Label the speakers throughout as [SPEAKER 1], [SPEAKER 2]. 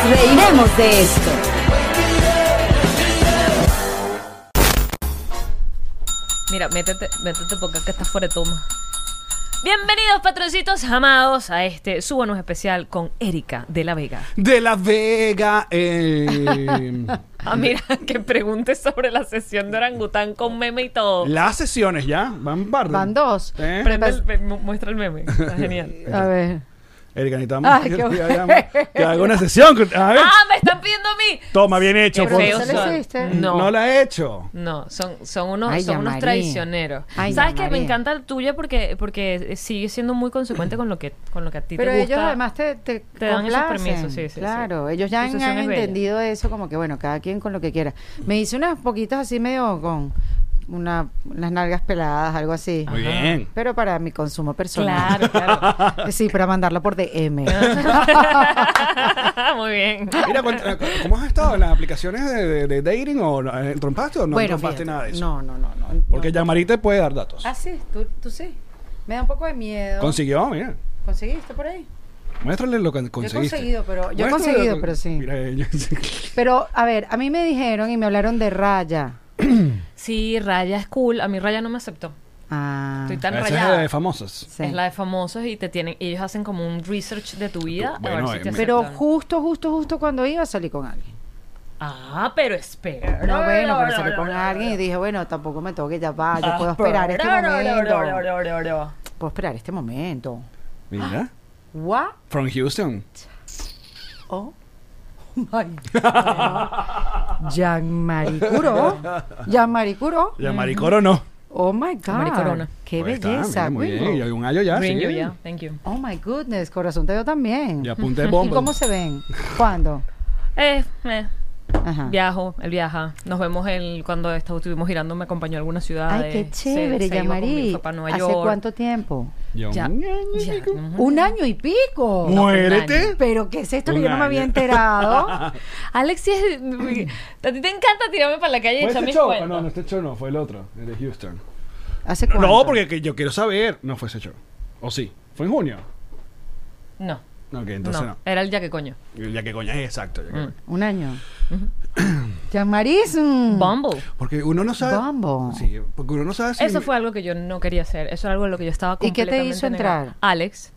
[SPEAKER 1] Hablemos de esto.
[SPEAKER 2] Mira, métete, métete porque acá estás fuera de toma. Bienvenidos, patroncitos amados, a este su bonus especial con Erika de la Vega.
[SPEAKER 3] De la Vega. eh,
[SPEAKER 2] Ah, mira, que pregunte sobre la sesión de orangután con meme y todo.
[SPEAKER 3] las sesiones ya van par.
[SPEAKER 4] Van dos.
[SPEAKER 3] ¿Eh?
[SPEAKER 2] Prende el- mu- muestra el meme. Está genial.
[SPEAKER 4] A ver.
[SPEAKER 3] Erika, necesitamos
[SPEAKER 4] Ay,
[SPEAKER 3] que,
[SPEAKER 4] qué
[SPEAKER 3] que hagamos- que haga una sesión. con- A ver.
[SPEAKER 2] ¡Ah, me están pidiendo a mí!
[SPEAKER 3] Toma, bien hecho.
[SPEAKER 2] Qué
[SPEAKER 3] por-
[SPEAKER 2] feo
[SPEAKER 4] ¿Se le
[SPEAKER 2] son.
[SPEAKER 4] hiciste?
[SPEAKER 2] No.
[SPEAKER 3] No la he hecho.
[SPEAKER 2] No, son, son unos,
[SPEAKER 4] Ay,
[SPEAKER 2] son unos
[SPEAKER 4] Yamari.
[SPEAKER 2] traicioneros.
[SPEAKER 4] Ay,
[SPEAKER 2] ¿Sabes que Me
[SPEAKER 4] Yamari.
[SPEAKER 2] encanta el tuyo porque, porque sigue siendo muy consecuente con lo que, con lo que a ti
[SPEAKER 4] Pero
[SPEAKER 2] te gusta.
[SPEAKER 4] ellos además te, te,
[SPEAKER 2] te dan esos
[SPEAKER 4] complacen.
[SPEAKER 2] permisos, sí, sí, sí.
[SPEAKER 4] Claro, ellos ya
[SPEAKER 2] Tu
[SPEAKER 4] han,
[SPEAKER 2] sesión
[SPEAKER 4] han
[SPEAKER 2] es bella.
[SPEAKER 4] entendido eso, como que bueno, cada quien con lo que quiera. Me hice unas poquitas así medio con una, unas nalgas peladas, algo así.
[SPEAKER 3] Muy bien.
[SPEAKER 4] Pero para mi consumo personal.
[SPEAKER 2] Claro, claro.
[SPEAKER 4] Sí, para mandarla por DM.
[SPEAKER 2] muy bien.
[SPEAKER 3] Mira, cuént- ¿cómo has estado en las aplicaciones de, de- de dating? ¿O no? Eh, trompaste o no
[SPEAKER 4] bueno,
[SPEAKER 3] trompaste
[SPEAKER 4] fíjate,
[SPEAKER 3] nada de eso?
[SPEAKER 4] No, no, no, no.
[SPEAKER 3] Porque
[SPEAKER 4] no.
[SPEAKER 3] Yamari te puede dar datos.
[SPEAKER 4] Ah, sí, tú, tú sí. Me da un poco de miedo.
[SPEAKER 3] Consiguió, mira.
[SPEAKER 4] ¿Conseguiste por ahí?
[SPEAKER 3] Muéstrale lo que conseguiste.
[SPEAKER 4] conseguido, pero- yo he
[SPEAKER 3] Muéstrale
[SPEAKER 4] conseguido,
[SPEAKER 3] lo que-
[SPEAKER 4] pero sí.
[SPEAKER 3] Mira, yo-
[SPEAKER 4] Pero, a ver, a mí me dijeron y me hablaron de raya.
[SPEAKER 2] Sí, Raya es cool. A mí Raya no me aceptó.
[SPEAKER 4] Ah,
[SPEAKER 2] Estoy tan
[SPEAKER 3] Esa
[SPEAKER 2] rayada.
[SPEAKER 3] es de famosas.
[SPEAKER 4] sí.
[SPEAKER 2] Es la de famosos y te tienen, ellos hacen como un research de tu vida. a ver
[SPEAKER 3] bueno,
[SPEAKER 2] si te
[SPEAKER 3] eh,
[SPEAKER 4] Pero
[SPEAKER 2] aceptan.
[SPEAKER 4] justo, justo, justo cuando iba salí con alguien.
[SPEAKER 2] Ah, pero espera.
[SPEAKER 4] No, bueno, pero salí con alguien y dije, bueno, tampoco me toque, ya va, yo
[SPEAKER 2] Ah,
[SPEAKER 4] puedo esperar este momento. Puedo esperar este momento. Ah.
[SPEAKER 3] Mira.
[SPEAKER 4] What?
[SPEAKER 3] From Houston.
[SPEAKER 4] Oh. My God. Jean Maricuro. Jean Maricuro.
[SPEAKER 3] Yamari Corona.
[SPEAKER 4] Oh my God.
[SPEAKER 2] Marie Corona.
[SPEAKER 4] Qué
[SPEAKER 3] Pues está,
[SPEAKER 4] belleza.
[SPEAKER 3] mira, muy
[SPEAKER 4] gringo.
[SPEAKER 3] bien. Y hay un año ya.
[SPEAKER 2] Bring
[SPEAKER 3] Ah, sí.
[SPEAKER 2] you, yeah. Thank you.
[SPEAKER 4] Oh my goodness. Corazón te veo también.
[SPEAKER 3] Y apunté
[SPEAKER 4] ¿Y
[SPEAKER 3] bombo.
[SPEAKER 4] cómo se ven? ¿Cuándo?
[SPEAKER 2] Eh, eh,
[SPEAKER 4] Ah. Ajá.
[SPEAKER 2] Viajo, él viaja. Nos vemos el, cuando esta- estuvimos girando, me acompañó a algunas ciudades.
[SPEAKER 4] Ay, qué
[SPEAKER 2] Se-
[SPEAKER 4] chévere,
[SPEAKER 2] se iba conmigo,
[SPEAKER 4] Yamari.
[SPEAKER 2] fue para Nueva
[SPEAKER 4] ¿Hace
[SPEAKER 2] York.
[SPEAKER 4] cuánto tiempo?
[SPEAKER 3] Ya un
[SPEAKER 2] Ya,
[SPEAKER 3] año.
[SPEAKER 2] ya, no.
[SPEAKER 4] Un año y pico.
[SPEAKER 3] Muérete.
[SPEAKER 4] Pero ¿qué es esto que
[SPEAKER 3] Un
[SPEAKER 4] yo no me había
[SPEAKER 3] año.
[SPEAKER 4] enterado?
[SPEAKER 2] Alex, sí es- a ti te encanta tirarme para la calle y
[SPEAKER 3] ¿Fue
[SPEAKER 2] echarme
[SPEAKER 3] este
[SPEAKER 2] mis
[SPEAKER 3] show?
[SPEAKER 2] cuentos.
[SPEAKER 3] No, no, este show no, fue el otro, el de Houston.
[SPEAKER 4] ¿Hace
[SPEAKER 3] No,
[SPEAKER 4] cuánto?
[SPEAKER 3] porque que yo quiero saber. No fue ese show. ¿O sí? ¿Fue en junio?
[SPEAKER 2] No,
[SPEAKER 3] No, que entonces
[SPEAKER 2] no,
[SPEAKER 3] no.
[SPEAKER 2] Era el ya que coño.
[SPEAKER 3] Ya que coña es exacto. ya que
[SPEAKER 2] Mm.
[SPEAKER 3] coña.
[SPEAKER 4] Un año. Yamaris. mm,
[SPEAKER 2] Bumble.
[SPEAKER 3] Porque uno no sabe.
[SPEAKER 4] Bumbo.
[SPEAKER 3] Sí, porque uno no sabe si.
[SPEAKER 2] Eso fue algo que yo no quería hacer. Eso era algo en lo que yo estaba
[SPEAKER 4] ¿Y qué te
[SPEAKER 2] completamente
[SPEAKER 4] hizo
[SPEAKER 2] negada.
[SPEAKER 4] entrar?
[SPEAKER 2] Alex.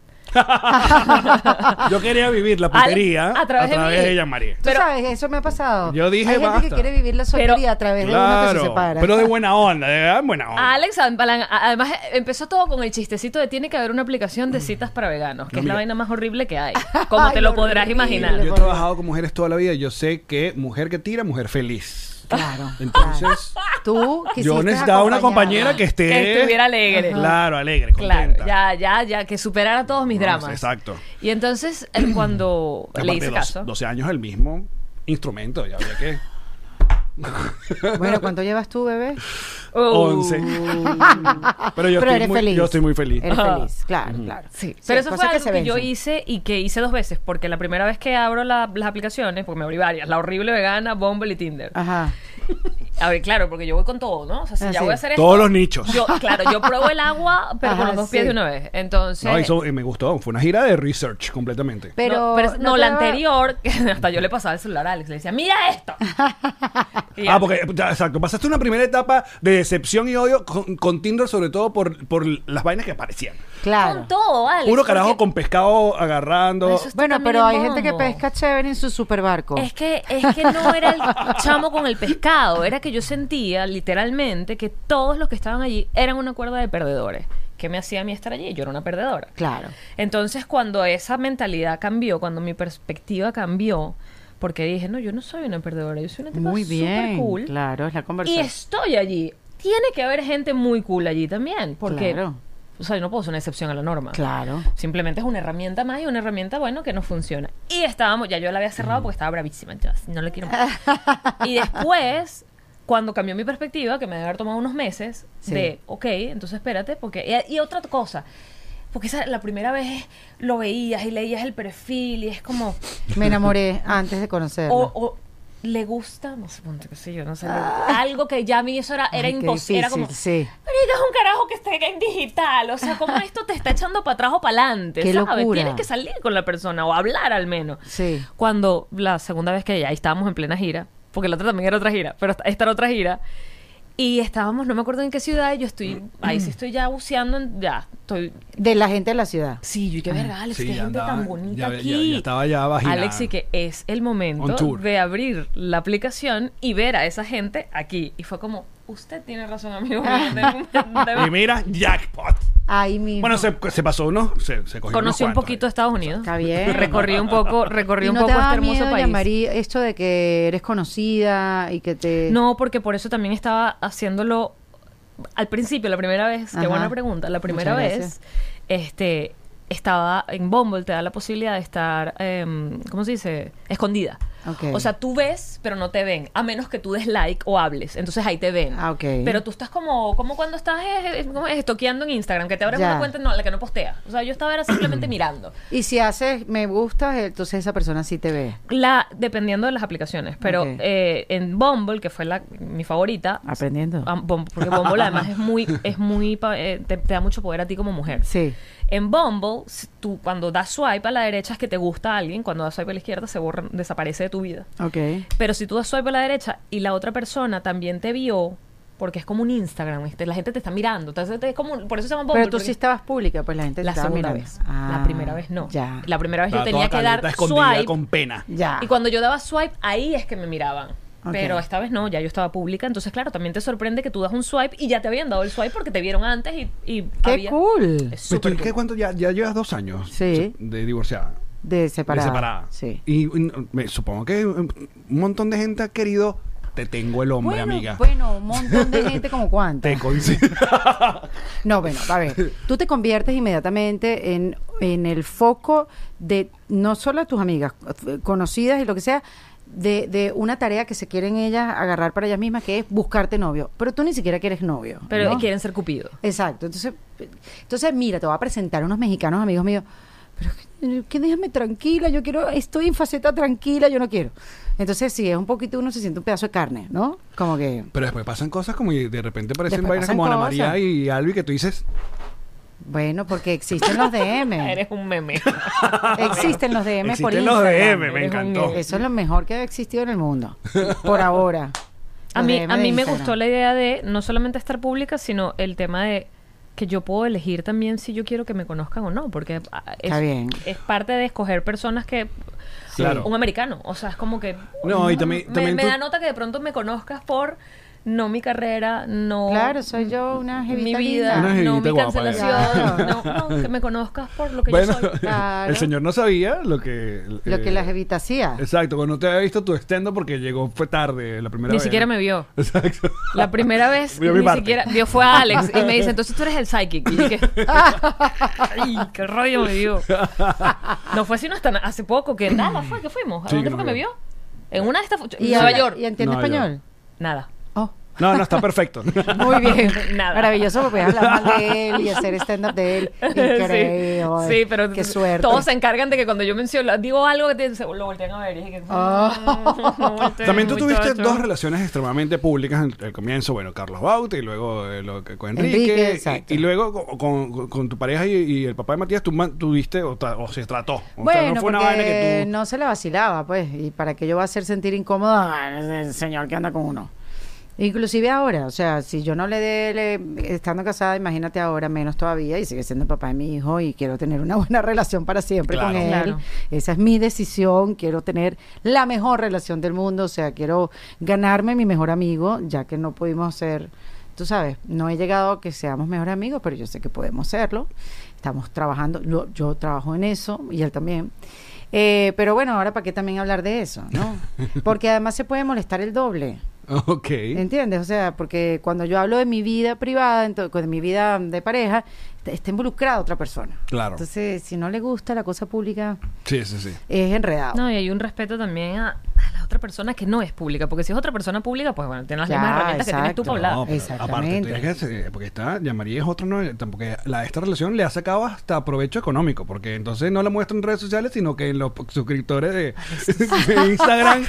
[SPEAKER 3] Yo quería vivir la
[SPEAKER 2] Alex,
[SPEAKER 3] putería
[SPEAKER 2] a través de mí.
[SPEAKER 3] ella, María.
[SPEAKER 4] Tú
[SPEAKER 2] Pero-
[SPEAKER 4] sabes, eso me ha pasado.
[SPEAKER 3] Yo dije,
[SPEAKER 4] Hay gente que
[SPEAKER 3] basta.
[SPEAKER 4] quiere vivir la soltería
[SPEAKER 2] Pero-
[SPEAKER 4] a través de uno que se
[SPEAKER 3] Claro.
[SPEAKER 4] separa.
[SPEAKER 3] Pero de buena onda, de buena onda.
[SPEAKER 2] Alex, a- a- además eh, empezó todo con el chistecito de tiene que haber una aplicación de citas para veganos, que
[SPEAKER 3] No,
[SPEAKER 2] es
[SPEAKER 3] mira.
[SPEAKER 2] la vaina más horrible que hay, como te
[SPEAKER 4] Ay,
[SPEAKER 2] lo podrás
[SPEAKER 4] horrible.
[SPEAKER 2] imaginar.
[SPEAKER 3] Yo he trabajado con mujeres toda la vida y yo sé que mujer que tira, mujer feliz.
[SPEAKER 4] Claro.
[SPEAKER 3] Entonces,
[SPEAKER 4] Tú quisiste
[SPEAKER 3] yo necesitaba una
[SPEAKER 4] acompañarla.
[SPEAKER 3] compañera que esté.
[SPEAKER 2] Que estuviera alegre. Ajá.
[SPEAKER 3] Claro, alegre,
[SPEAKER 2] Claro,
[SPEAKER 3] contenta.
[SPEAKER 2] ya, ya, ya, que superara todos mis
[SPEAKER 3] No,
[SPEAKER 2] dramas.
[SPEAKER 3] Exacto.
[SPEAKER 2] Y entonces, eh, cuando le
[SPEAKER 3] Aparte,
[SPEAKER 2] hice
[SPEAKER 3] dos-
[SPEAKER 2] caso,
[SPEAKER 3] 12 años el mismo instrumento, ya había que.
[SPEAKER 4] Bueno, ¿cuánto llevas tú, bebé?
[SPEAKER 2] Uh,
[SPEAKER 3] 11. Pero yo
[SPEAKER 4] Pero
[SPEAKER 3] estoy
[SPEAKER 4] eres
[SPEAKER 3] muy
[SPEAKER 4] feliz.
[SPEAKER 3] yo estoy muy feliz.
[SPEAKER 4] Eres
[SPEAKER 2] Ajá.
[SPEAKER 4] feliz, claro, claro.
[SPEAKER 2] Sí,
[SPEAKER 4] Sí,
[SPEAKER 2] pero eso
[SPEAKER 4] cosas
[SPEAKER 2] fue algo
[SPEAKER 4] se
[SPEAKER 2] que, yo
[SPEAKER 4] vencen.
[SPEAKER 2] hice y que hice dos veces, porque la primera vez que abro la- las aplicaciones, porque me abrí varias, la horrible vegana, Bumble y Tinder.
[SPEAKER 4] Ajá.
[SPEAKER 2] A ver, claro, porque yo voy con todo, ¿no? O sea, si
[SPEAKER 4] Ah,
[SPEAKER 2] ya
[SPEAKER 4] sí.
[SPEAKER 2] voy a hacer esto,
[SPEAKER 3] Todos los nichos.
[SPEAKER 2] Yo, claro, yo pruebo el agua, pero con
[SPEAKER 4] Ajá,
[SPEAKER 2] los dos pies
[SPEAKER 4] sí.
[SPEAKER 2] de una vez. Entonces.
[SPEAKER 3] No, eso eh, me gustó. Fue una gira de research completamente.
[SPEAKER 4] Pero
[SPEAKER 2] no, pero es- no,
[SPEAKER 4] te
[SPEAKER 2] la
[SPEAKER 4] daba-
[SPEAKER 2] anterior, que hasta yo le pasaba el celular a Alex, le decía, mira esto. Y
[SPEAKER 3] Ah,
[SPEAKER 2] ya.
[SPEAKER 3] porque, ya, exacto, pasaste una primera etapa de decepción y odio con, con Tinder, sobre todo por, por las vainas que aparecían.
[SPEAKER 4] Claro.
[SPEAKER 2] Con todo, Alex.
[SPEAKER 3] Puro carajo
[SPEAKER 2] porque
[SPEAKER 3] con pescado agarrando.
[SPEAKER 2] Eso es-
[SPEAKER 4] Bueno,
[SPEAKER 2] también
[SPEAKER 4] pero
[SPEAKER 2] es
[SPEAKER 4] hay gente que
[SPEAKER 2] bombo.
[SPEAKER 4] pesca chévere en su superbarco.
[SPEAKER 2] Es que, es que no era el chamo con el pescado, era que yo sentía literalmente que todos los que estaban allí eran una cuerda de perdedores. ¿Qué me hacía a mí estar allí? Yo era una perdedora.
[SPEAKER 4] Claro.
[SPEAKER 2] Entonces, cuando esa mentalidad cambió, cuando mi perspectiva cambió, porque dije, no, yo no soy una perdedora, yo soy una tipa
[SPEAKER 4] Muy bien.
[SPEAKER 2] súper cool.
[SPEAKER 4] Claro, es la
[SPEAKER 2] Y
[SPEAKER 4] conversación.
[SPEAKER 2] estoy allí. Tiene que haber gente muy cool allí también, porque
[SPEAKER 4] Claro.
[SPEAKER 2] o sea, yo no puedo ser una excepción a la norma.
[SPEAKER 4] Claro.
[SPEAKER 2] Simplemente es una herramienta más y una herramienta, bueno, que no funciona. Y estábamos, ya yo la había cerrado porque estaba bravísima, ya, no le quiero más. Y después, cuando cambió mi perspectiva, que me debe haber tomado unos meses,
[SPEAKER 4] Sí.
[SPEAKER 2] de, ok, entonces espérate, porque... Y, y otra cosa, porque esa, la primera vez lo veías y leías el perfil y es como...
[SPEAKER 4] Me enamoré antes de conocerlo.
[SPEAKER 2] O, o- le gusta, no sé, ponte, qué sé yo, no sé, le- algo que ya a mí eso era, era
[SPEAKER 4] Ah. Ay, qué
[SPEAKER 2] imposible, era como,
[SPEAKER 4] difícil, sí.
[SPEAKER 2] marica, es un carajo que esté en digital, o sea, como esto te está echando para atrás o para adelante,
[SPEAKER 4] Qué
[SPEAKER 2] ¿sabes?
[SPEAKER 4] locura.
[SPEAKER 2] Tienes que salir con la persona o hablar al menos.
[SPEAKER 4] Sí.
[SPEAKER 2] Cuando la segunda vez que ya estábamos en plena gira, porque la otra también era otra gira, pero esta- esta era otra gira, y estábamos, no me acuerdo en qué ciudad, y yo estoy, ahí sí estoy ya buceando, en- ya, estoy
[SPEAKER 4] De la gente de la ciudad.
[SPEAKER 2] Sí, yo y qué verga, Alex,
[SPEAKER 3] Sí,
[SPEAKER 2] qué
[SPEAKER 3] ya
[SPEAKER 2] gente
[SPEAKER 3] andaba-
[SPEAKER 2] tan bonita
[SPEAKER 3] ya- ya-
[SPEAKER 2] aquí.
[SPEAKER 3] ya estaba ya vagina.
[SPEAKER 2] Alex, y que es el
[SPEAKER 3] On
[SPEAKER 2] momento
[SPEAKER 3] tour.
[SPEAKER 2] de abrir la aplicación y ver a esa gente aquí. Y fue como, usted tiene razón, amigo. mío, de- de-
[SPEAKER 3] Y mira, jackpot.
[SPEAKER 4] Ay, mi.
[SPEAKER 3] Bueno, se, se pasó uno, se, se
[SPEAKER 2] Conocí
[SPEAKER 3] cogió Pues unos
[SPEAKER 2] un
[SPEAKER 3] cuantos
[SPEAKER 2] poquito
[SPEAKER 3] ahí.
[SPEAKER 2] Estados Unidos.
[SPEAKER 4] Está bien.
[SPEAKER 2] Recorrí un poco, recorrí
[SPEAKER 4] ¿Y
[SPEAKER 2] un
[SPEAKER 4] no
[SPEAKER 2] poco
[SPEAKER 4] te
[SPEAKER 2] este
[SPEAKER 4] da
[SPEAKER 2] hermoso
[SPEAKER 4] miedo,
[SPEAKER 2] país.
[SPEAKER 4] Yamari, esto de que eres conocida y que te.
[SPEAKER 2] No, porque por eso también estaba haciéndolo al principio, la primera vez. Qué
[SPEAKER 4] Ajá.
[SPEAKER 2] buena pregunta. La primera
[SPEAKER 4] Muchas
[SPEAKER 2] vez,
[SPEAKER 4] gracias.
[SPEAKER 2] este, estaba en Bumble, te da la posibilidad de estar, em, ¿cómo se dice? Escondida.
[SPEAKER 4] Ok.
[SPEAKER 2] O sea, tú ves, pero no te ven, a menos que tú des like o hables. Entonces ahí te ven.
[SPEAKER 4] Ah, ok.
[SPEAKER 2] Pero tú estás como, como cuando estás eh, eh, ¿cómo es? estoqueando en Instagram, que te abres
[SPEAKER 4] Ya.
[SPEAKER 2] una cuenta no, la que no postea. O sea, yo estaba era simplemente mirando.
[SPEAKER 4] Y si haces me gustas, entonces esa persona sí te ve.
[SPEAKER 2] La, dependiendo de las aplicaciones, pero
[SPEAKER 4] Ok. pues,
[SPEAKER 2] eh, en Bumble, que fue la, mi favorita,
[SPEAKER 4] Aprendiendo.
[SPEAKER 2] Ah, Bum- porque Bumble además es muy, es muy pa- eh, te, te da mucho poder a ti como mujer.
[SPEAKER 4] Sí.
[SPEAKER 2] En Bumble, si tú cuando das swipe a la derecha es que te gusta a alguien, cuando das swipe a la izquierda se borra, desaparece de tu vida.
[SPEAKER 4] Ok.
[SPEAKER 2] Pero si tú das swipe a la derecha y la otra persona también te vio, porque es como un Instagram, ¿viste? la gente te está mirando, entonces es como, un- por eso se llama Bumble.
[SPEAKER 4] Pero tú
[SPEAKER 2] porque-
[SPEAKER 4] sí estabas pública, pues la gente te
[SPEAKER 2] la
[SPEAKER 4] estaba
[SPEAKER 2] segunda
[SPEAKER 4] mirando.
[SPEAKER 2] vez.
[SPEAKER 4] Ah,
[SPEAKER 2] la primera vez no.
[SPEAKER 4] Ya.
[SPEAKER 2] La primera vez yo
[SPEAKER 3] Estaba
[SPEAKER 2] tenía
[SPEAKER 3] toda
[SPEAKER 2] que
[SPEAKER 3] Caleta
[SPEAKER 2] dar
[SPEAKER 3] escondida
[SPEAKER 2] swipe.
[SPEAKER 3] con pena.
[SPEAKER 4] Ya.
[SPEAKER 2] Y cuando yo daba swipe, ahí es que me miraban.
[SPEAKER 4] Ok.
[SPEAKER 2] Pero esta vez no, ya yo estaba pública. Entonces, claro, también te sorprende que tú das un swipe y ya te habían dado el swipe porque te vieron antes y, y
[SPEAKER 4] ¡Qué
[SPEAKER 2] había-
[SPEAKER 4] cool!
[SPEAKER 2] Es
[SPEAKER 3] Pues tú,
[SPEAKER 2] súper
[SPEAKER 3] ¿qué,
[SPEAKER 2] cool.
[SPEAKER 3] cuánto? Ya, ya llevas dos años
[SPEAKER 4] Sí.
[SPEAKER 3] de divorciada.
[SPEAKER 4] De
[SPEAKER 3] De
[SPEAKER 4] separada.
[SPEAKER 3] separada.
[SPEAKER 4] Sí.
[SPEAKER 3] Y, y, me- supongo que um, un montón de gente ha querido. Te tengo el hombre,
[SPEAKER 4] Bueno,
[SPEAKER 3] amiga.
[SPEAKER 4] bueno, un montón de gente como cuánta.
[SPEAKER 3] Te consigo.
[SPEAKER 4] No, bueno, a ver, tú te conviertes inmediatamente en, en el foco de no solo tus amigas eh, conocidas y lo que sea, de, de una tarea que se quieren ellas agarrar para ellas mismas, que es buscarte novio. Pero tú ni siquiera quieres novio.
[SPEAKER 2] Pero
[SPEAKER 4] ¿no?
[SPEAKER 2] quieren ser cupido.
[SPEAKER 4] Exacto. Entonces, eh, entonces, mira, te voy a presentar a unos mexicanos amigos míos. Pero que, eh, que déjame tranquila, yo quiero, estoy en faceta tranquila, yo no quiero. Entonces, sí, es un poquito, uno se siente un pedazo de carne, ¿no? Como que...
[SPEAKER 3] Pero después pasan cosas como y de repente parecen
[SPEAKER 4] Después
[SPEAKER 3] vainas
[SPEAKER 4] pasan
[SPEAKER 3] como Ana
[SPEAKER 4] cosas.
[SPEAKER 3] María y Albi que tú dices,
[SPEAKER 4] Bueno, porque existen los DM.
[SPEAKER 2] Eres un meme.
[SPEAKER 4] existen los DM por
[SPEAKER 3] existen los
[SPEAKER 4] Instagram.
[SPEAKER 3] DM, me
[SPEAKER 2] eres un
[SPEAKER 3] encantó.
[SPEAKER 2] nerd.
[SPEAKER 4] Eso es lo mejor que ha existido en el mundo. Por ahora.
[SPEAKER 2] a
[SPEAKER 4] Los
[SPEAKER 2] mí,
[SPEAKER 4] DM
[SPEAKER 2] a
[SPEAKER 4] de
[SPEAKER 2] mí me
[SPEAKER 4] Instagram.
[SPEAKER 2] gustó la idea de no solamente estar pública, sino el tema de que yo puedo elegir también si yo quiero que me conozcan o no. Porque ah, es,
[SPEAKER 4] Está bien.
[SPEAKER 2] es parte de escoger personas que...
[SPEAKER 3] Claro.
[SPEAKER 2] Un americano. O sea, es como que...
[SPEAKER 3] No, y también-
[SPEAKER 2] Me,
[SPEAKER 3] también
[SPEAKER 2] me
[SPEAKER 3] tú-
[SPEAKER 2] da nota que de pronto me conozcas por... No mi carrera, no...
[SPEAKER 4] Claro, soy yo una
[SPEAKER 2] mi
[SPEAKER 4] jevita
[SPEAKER 2] vida,
[SPEAKER 4] linda.
[SPEAKER 3] Una
[SPEAKER 2] no mi
[SPEAKER 3] jevita guapa, ya.
[SPEAKER 2] cancelación, no, no, que me conozcas por lo que
[SPEAKER 3] bueno,
[SPEAKER 2] yo soy.
[SPEAKER 4] Claro.
[SPEAKER 3] el señor no sabía lo que...
[SPEAKER 4] Lo que
[SPEAKER 3] eh,
[SPEAKER 4] la jevita hacía.
[SPEAKER 3] Exacto, cuando no te había visto tu estendo porque llegó, fue tarde la primera
[SPEAKER 2] Ni
[SPEAKER 3] vez.
[SPEAKER 2] siquiera me vio.
[SPEAKER 3] Exacto.
[SPEAKER 2] La primera vez
[SPEAKER 3] Vio mi
[SPEAKER 2] ni
[SPEAKER 3] parte.
[SPEAKER 2] siquiera vio fue a Alex y me dice, entonces tú eres el psychic. Y dije, ay, qué rollo me dio. No fue sino hasta na- hace poco que nada fue que fuimos. ¿A
[SPEAKER 3] Sí,
[SPEAKER 2] dónde
[SPEAKER 3] creo
[SPEAKER 2] fue que me
[SPEAKER 3] que-
[SPEAKER 2] vio? En una de estas
[SPEAKER 4] Y
[SPEAKER 2] Nueva
[SPEAKER 4] habla-
[SPEAKER 2] York.
[SPEAKER 4] ¿Y entiende
[SPEAKER 3] Nueva
[SPEAKER 4] español?
[SPEAKER 2] Nada.
[SPEAKER 4] Oh.
[SPEAKER 3] No, no, está perfecto.
[SPEAKER 4] Muy bien,
[SPEAKER 2] Nada.
[SPEAKER 4] maravilloso porque puedes hablar mal de él y hacer stand-up de él. Increíble.
[SPEAKER 2] Sí, sí, pero
[SPEAKER 4] qué suerte.
[SPEAKER 2] todos se encargan de que cuando yo menciono, digo algo que te- se- lo voltean a ver. Y dije,
[SPEAKER 4] Oh.
[SPEAKER 2] "Mm, no volteen,
[SPEAKER 3] También tú tuviste
[SPEAKER 2] muchacho".
[SPEAKER 3] dos relaciones extremadamente públicas al, al comienzo, bueno, Carlos Bauta y luego eh, lo que- con Enrique.
[SPEAKER 4] Enrique,
[SPEAKER 3] y-
[SPEAKER 4] exacto.
[SPEAKER 3] y, luego con, con- con tu pareja y, y el papá de Matías, tú man- tuviste o, tra- o se trató. O sea,
[SPEAKER 4] Bueno,
[SPEAKER 3] no fue una vaina
[SPEAKER 4] porque
[SPEAKER 3] que tú...
[SPEAKER 4] no se la vacilaba, pues. ¿Y para qué yo voy a hacer sentir incómoda al señor que anda con uno? Inclusive ahora, o sea, si yo no le dé, le- estando casada, imagínate ahora menos todavía, y sigue siendo el papá de mi hijo, y quiero tener una buena relación para siempre con
[SPEAKER 3] Claro.
[SPEAKER 4] él.
[SPEAKER 2] Claro.
[SPEAKER 4] Esa es mi decisión, quiero tener la mejor relación del mundo, o sea, quiero ganarme mi mejor amigo, ya que no pudimos ser, tú sabes, no he llegado a que seamos mejores amigos, pero yo sé que podemos serlo, estamos trabajando, lo- yo trabajo en eso y él también. Eh, pero bueno, ahora para qué también hablar de eso, ¿no? Porque además se puede molestar el doble.
[SPEAKER 3] Ok.
[SPEAKER 4] ¿Entiendes? O sea, porque cuando yo hablo de mi vida privada, ento- de mi vida de pareja, está- está involucrada otra persona.
[SPEAKER 3] Claro.
[SPEAKER 4] Entonces, si no le gusta la cosa pública,
[SPEAKER 3] Sí, sí, sí.
[SPEAKER 4] es enredado.
[SPEAKER 2] No, y hay un respeto también a, a la otra persona que no es pública, porque si es otra persona pública, pues bueno, tiene las
[SPEAKER 4] Ya,
[SPEAKER 2] mismas herramientas que tienes tú
[SPEAKER 4] exacto.
[SPEAKER 2] para hablar.
[SPEAKER 3] No, pero aparte, tú
[SPEAKER 4] Exactamente.
[SPEAKER 3] tienes que hacer- eh, porque está, llamaría es otro, no, eh, tampoco la, esta relación le ha sacado hasta provecho económico, porque entonces no la muestra en redes sociales, sino que en los suscriptores de, de Instagram.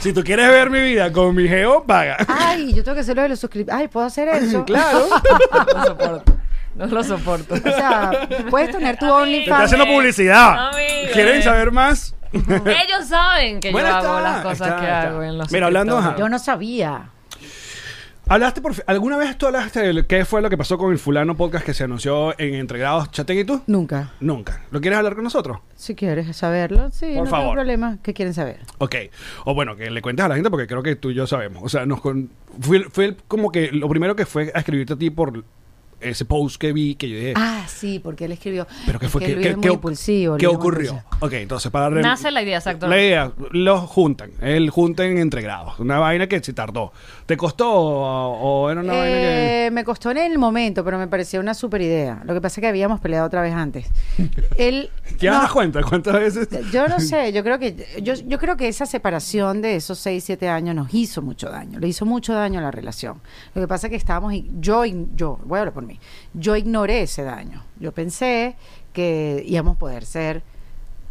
[SPEAKER 3] Si tú quieres ver mi vida con mi geo, paga.
[SPEAKER 4] Ay, yo tengo que hacerlo de los suscriptores. Ay, ¿puedo hacer eso?
[SPEAKER 3] claro.
[SPEAKER 2] No lo soporto. No lo soporto.
[SPEAKER 4] O sea, puedes tener tu
[SPEAKER 3] Te está
[SPEAKER 4] OnlyFans.
[SPEAKER 3] haciendo publicidad.
[SPEAKER 2] Amigo.
[SPEAKER 3] ¿Quieren saber más?
[SPEAKER 2] Ellos saben que
[SPEAKER 3] Bueno,
[SPEAKER 2] yo
[SPEAKER 3] está,
[SPEAKER 2] hago las cosas
[SPEAKER 3] está,
[SPEAKER 2] que
[SPEAKER 3] está.
[SPEAKER 2] hago en los
[SPEAKER 3] Mira, hablando,
[SPEAKER 2] suscriptores.
[SPEAKER 4] Yo no sabía.
[SPEAKER 3] Hablaste por fi- alguna vez tú hablaste de qué fue lo que pasó con el fulano podcast que se anunció en Entregados Chaten y tú?
[SPEAKER 4] Nunca.
[SPEAKER 3] Nunca. ¿Lo quieres hablar con nosotros?
[SPEAKER 4] Si quieres saberlo, sí,
[SPEAKER 3] Por
[SPEAKER 4] no
[SPEAKER 3] favor.
[SPEAKER 4] tengo problema. ¿Qué quieren saber?
[SPEAKER 3] Ok. O bueno, que le cuentes a la gente porque creo que tú y yo sabemos. O sea, nos con- fue, fue como que lo primero que fue a escribirte a ti por ese post que vi que yo dije.
[SPEAKER 4] Ah, sí, porque él escribió.
[SPEAKER 3] Pero qué
[SPEAKER 4] Es
[SPEAKER 3] fue
[SPEAKER 4] que
[SPEAKER 3] que,
[SPEAKER 4] Luis es muy impulsivo, Luis es muy
[SPEAKER 3] ocurrió.
[SPEAKER 4] impulsivo.
[SPEAKER 3] Ok, entonces para re-
[SPEAKER 2] Nace la idea, exacto.
[SPEAKER 3] La idea, los juntan, el junten entre grados, una vaina que se tardó. ¿Te costó o, o era una vaina que
[SPEAKER 4] Eh, me costó en el momento, pero me pareció una super idea. Lo que pasa es que habíamos peleado otra vez antes. él
[SPEAKER 3] ¿Te
[SPEAKER 4] no,
[SPEAKER 3] das cuenta cuántas veces?
[SPEAKER 4] Yo no sé, yo creo que yo, yo creo que esa separación de esos 6, 7 años nos hizo mucho daño, le hizo mucho daño a la relación. Lo que pasa es que estábamos, ig- yo, ig- yo voy a hablar por mí, yo ignoré ese daño. Yo pensé que íbamos a poder ser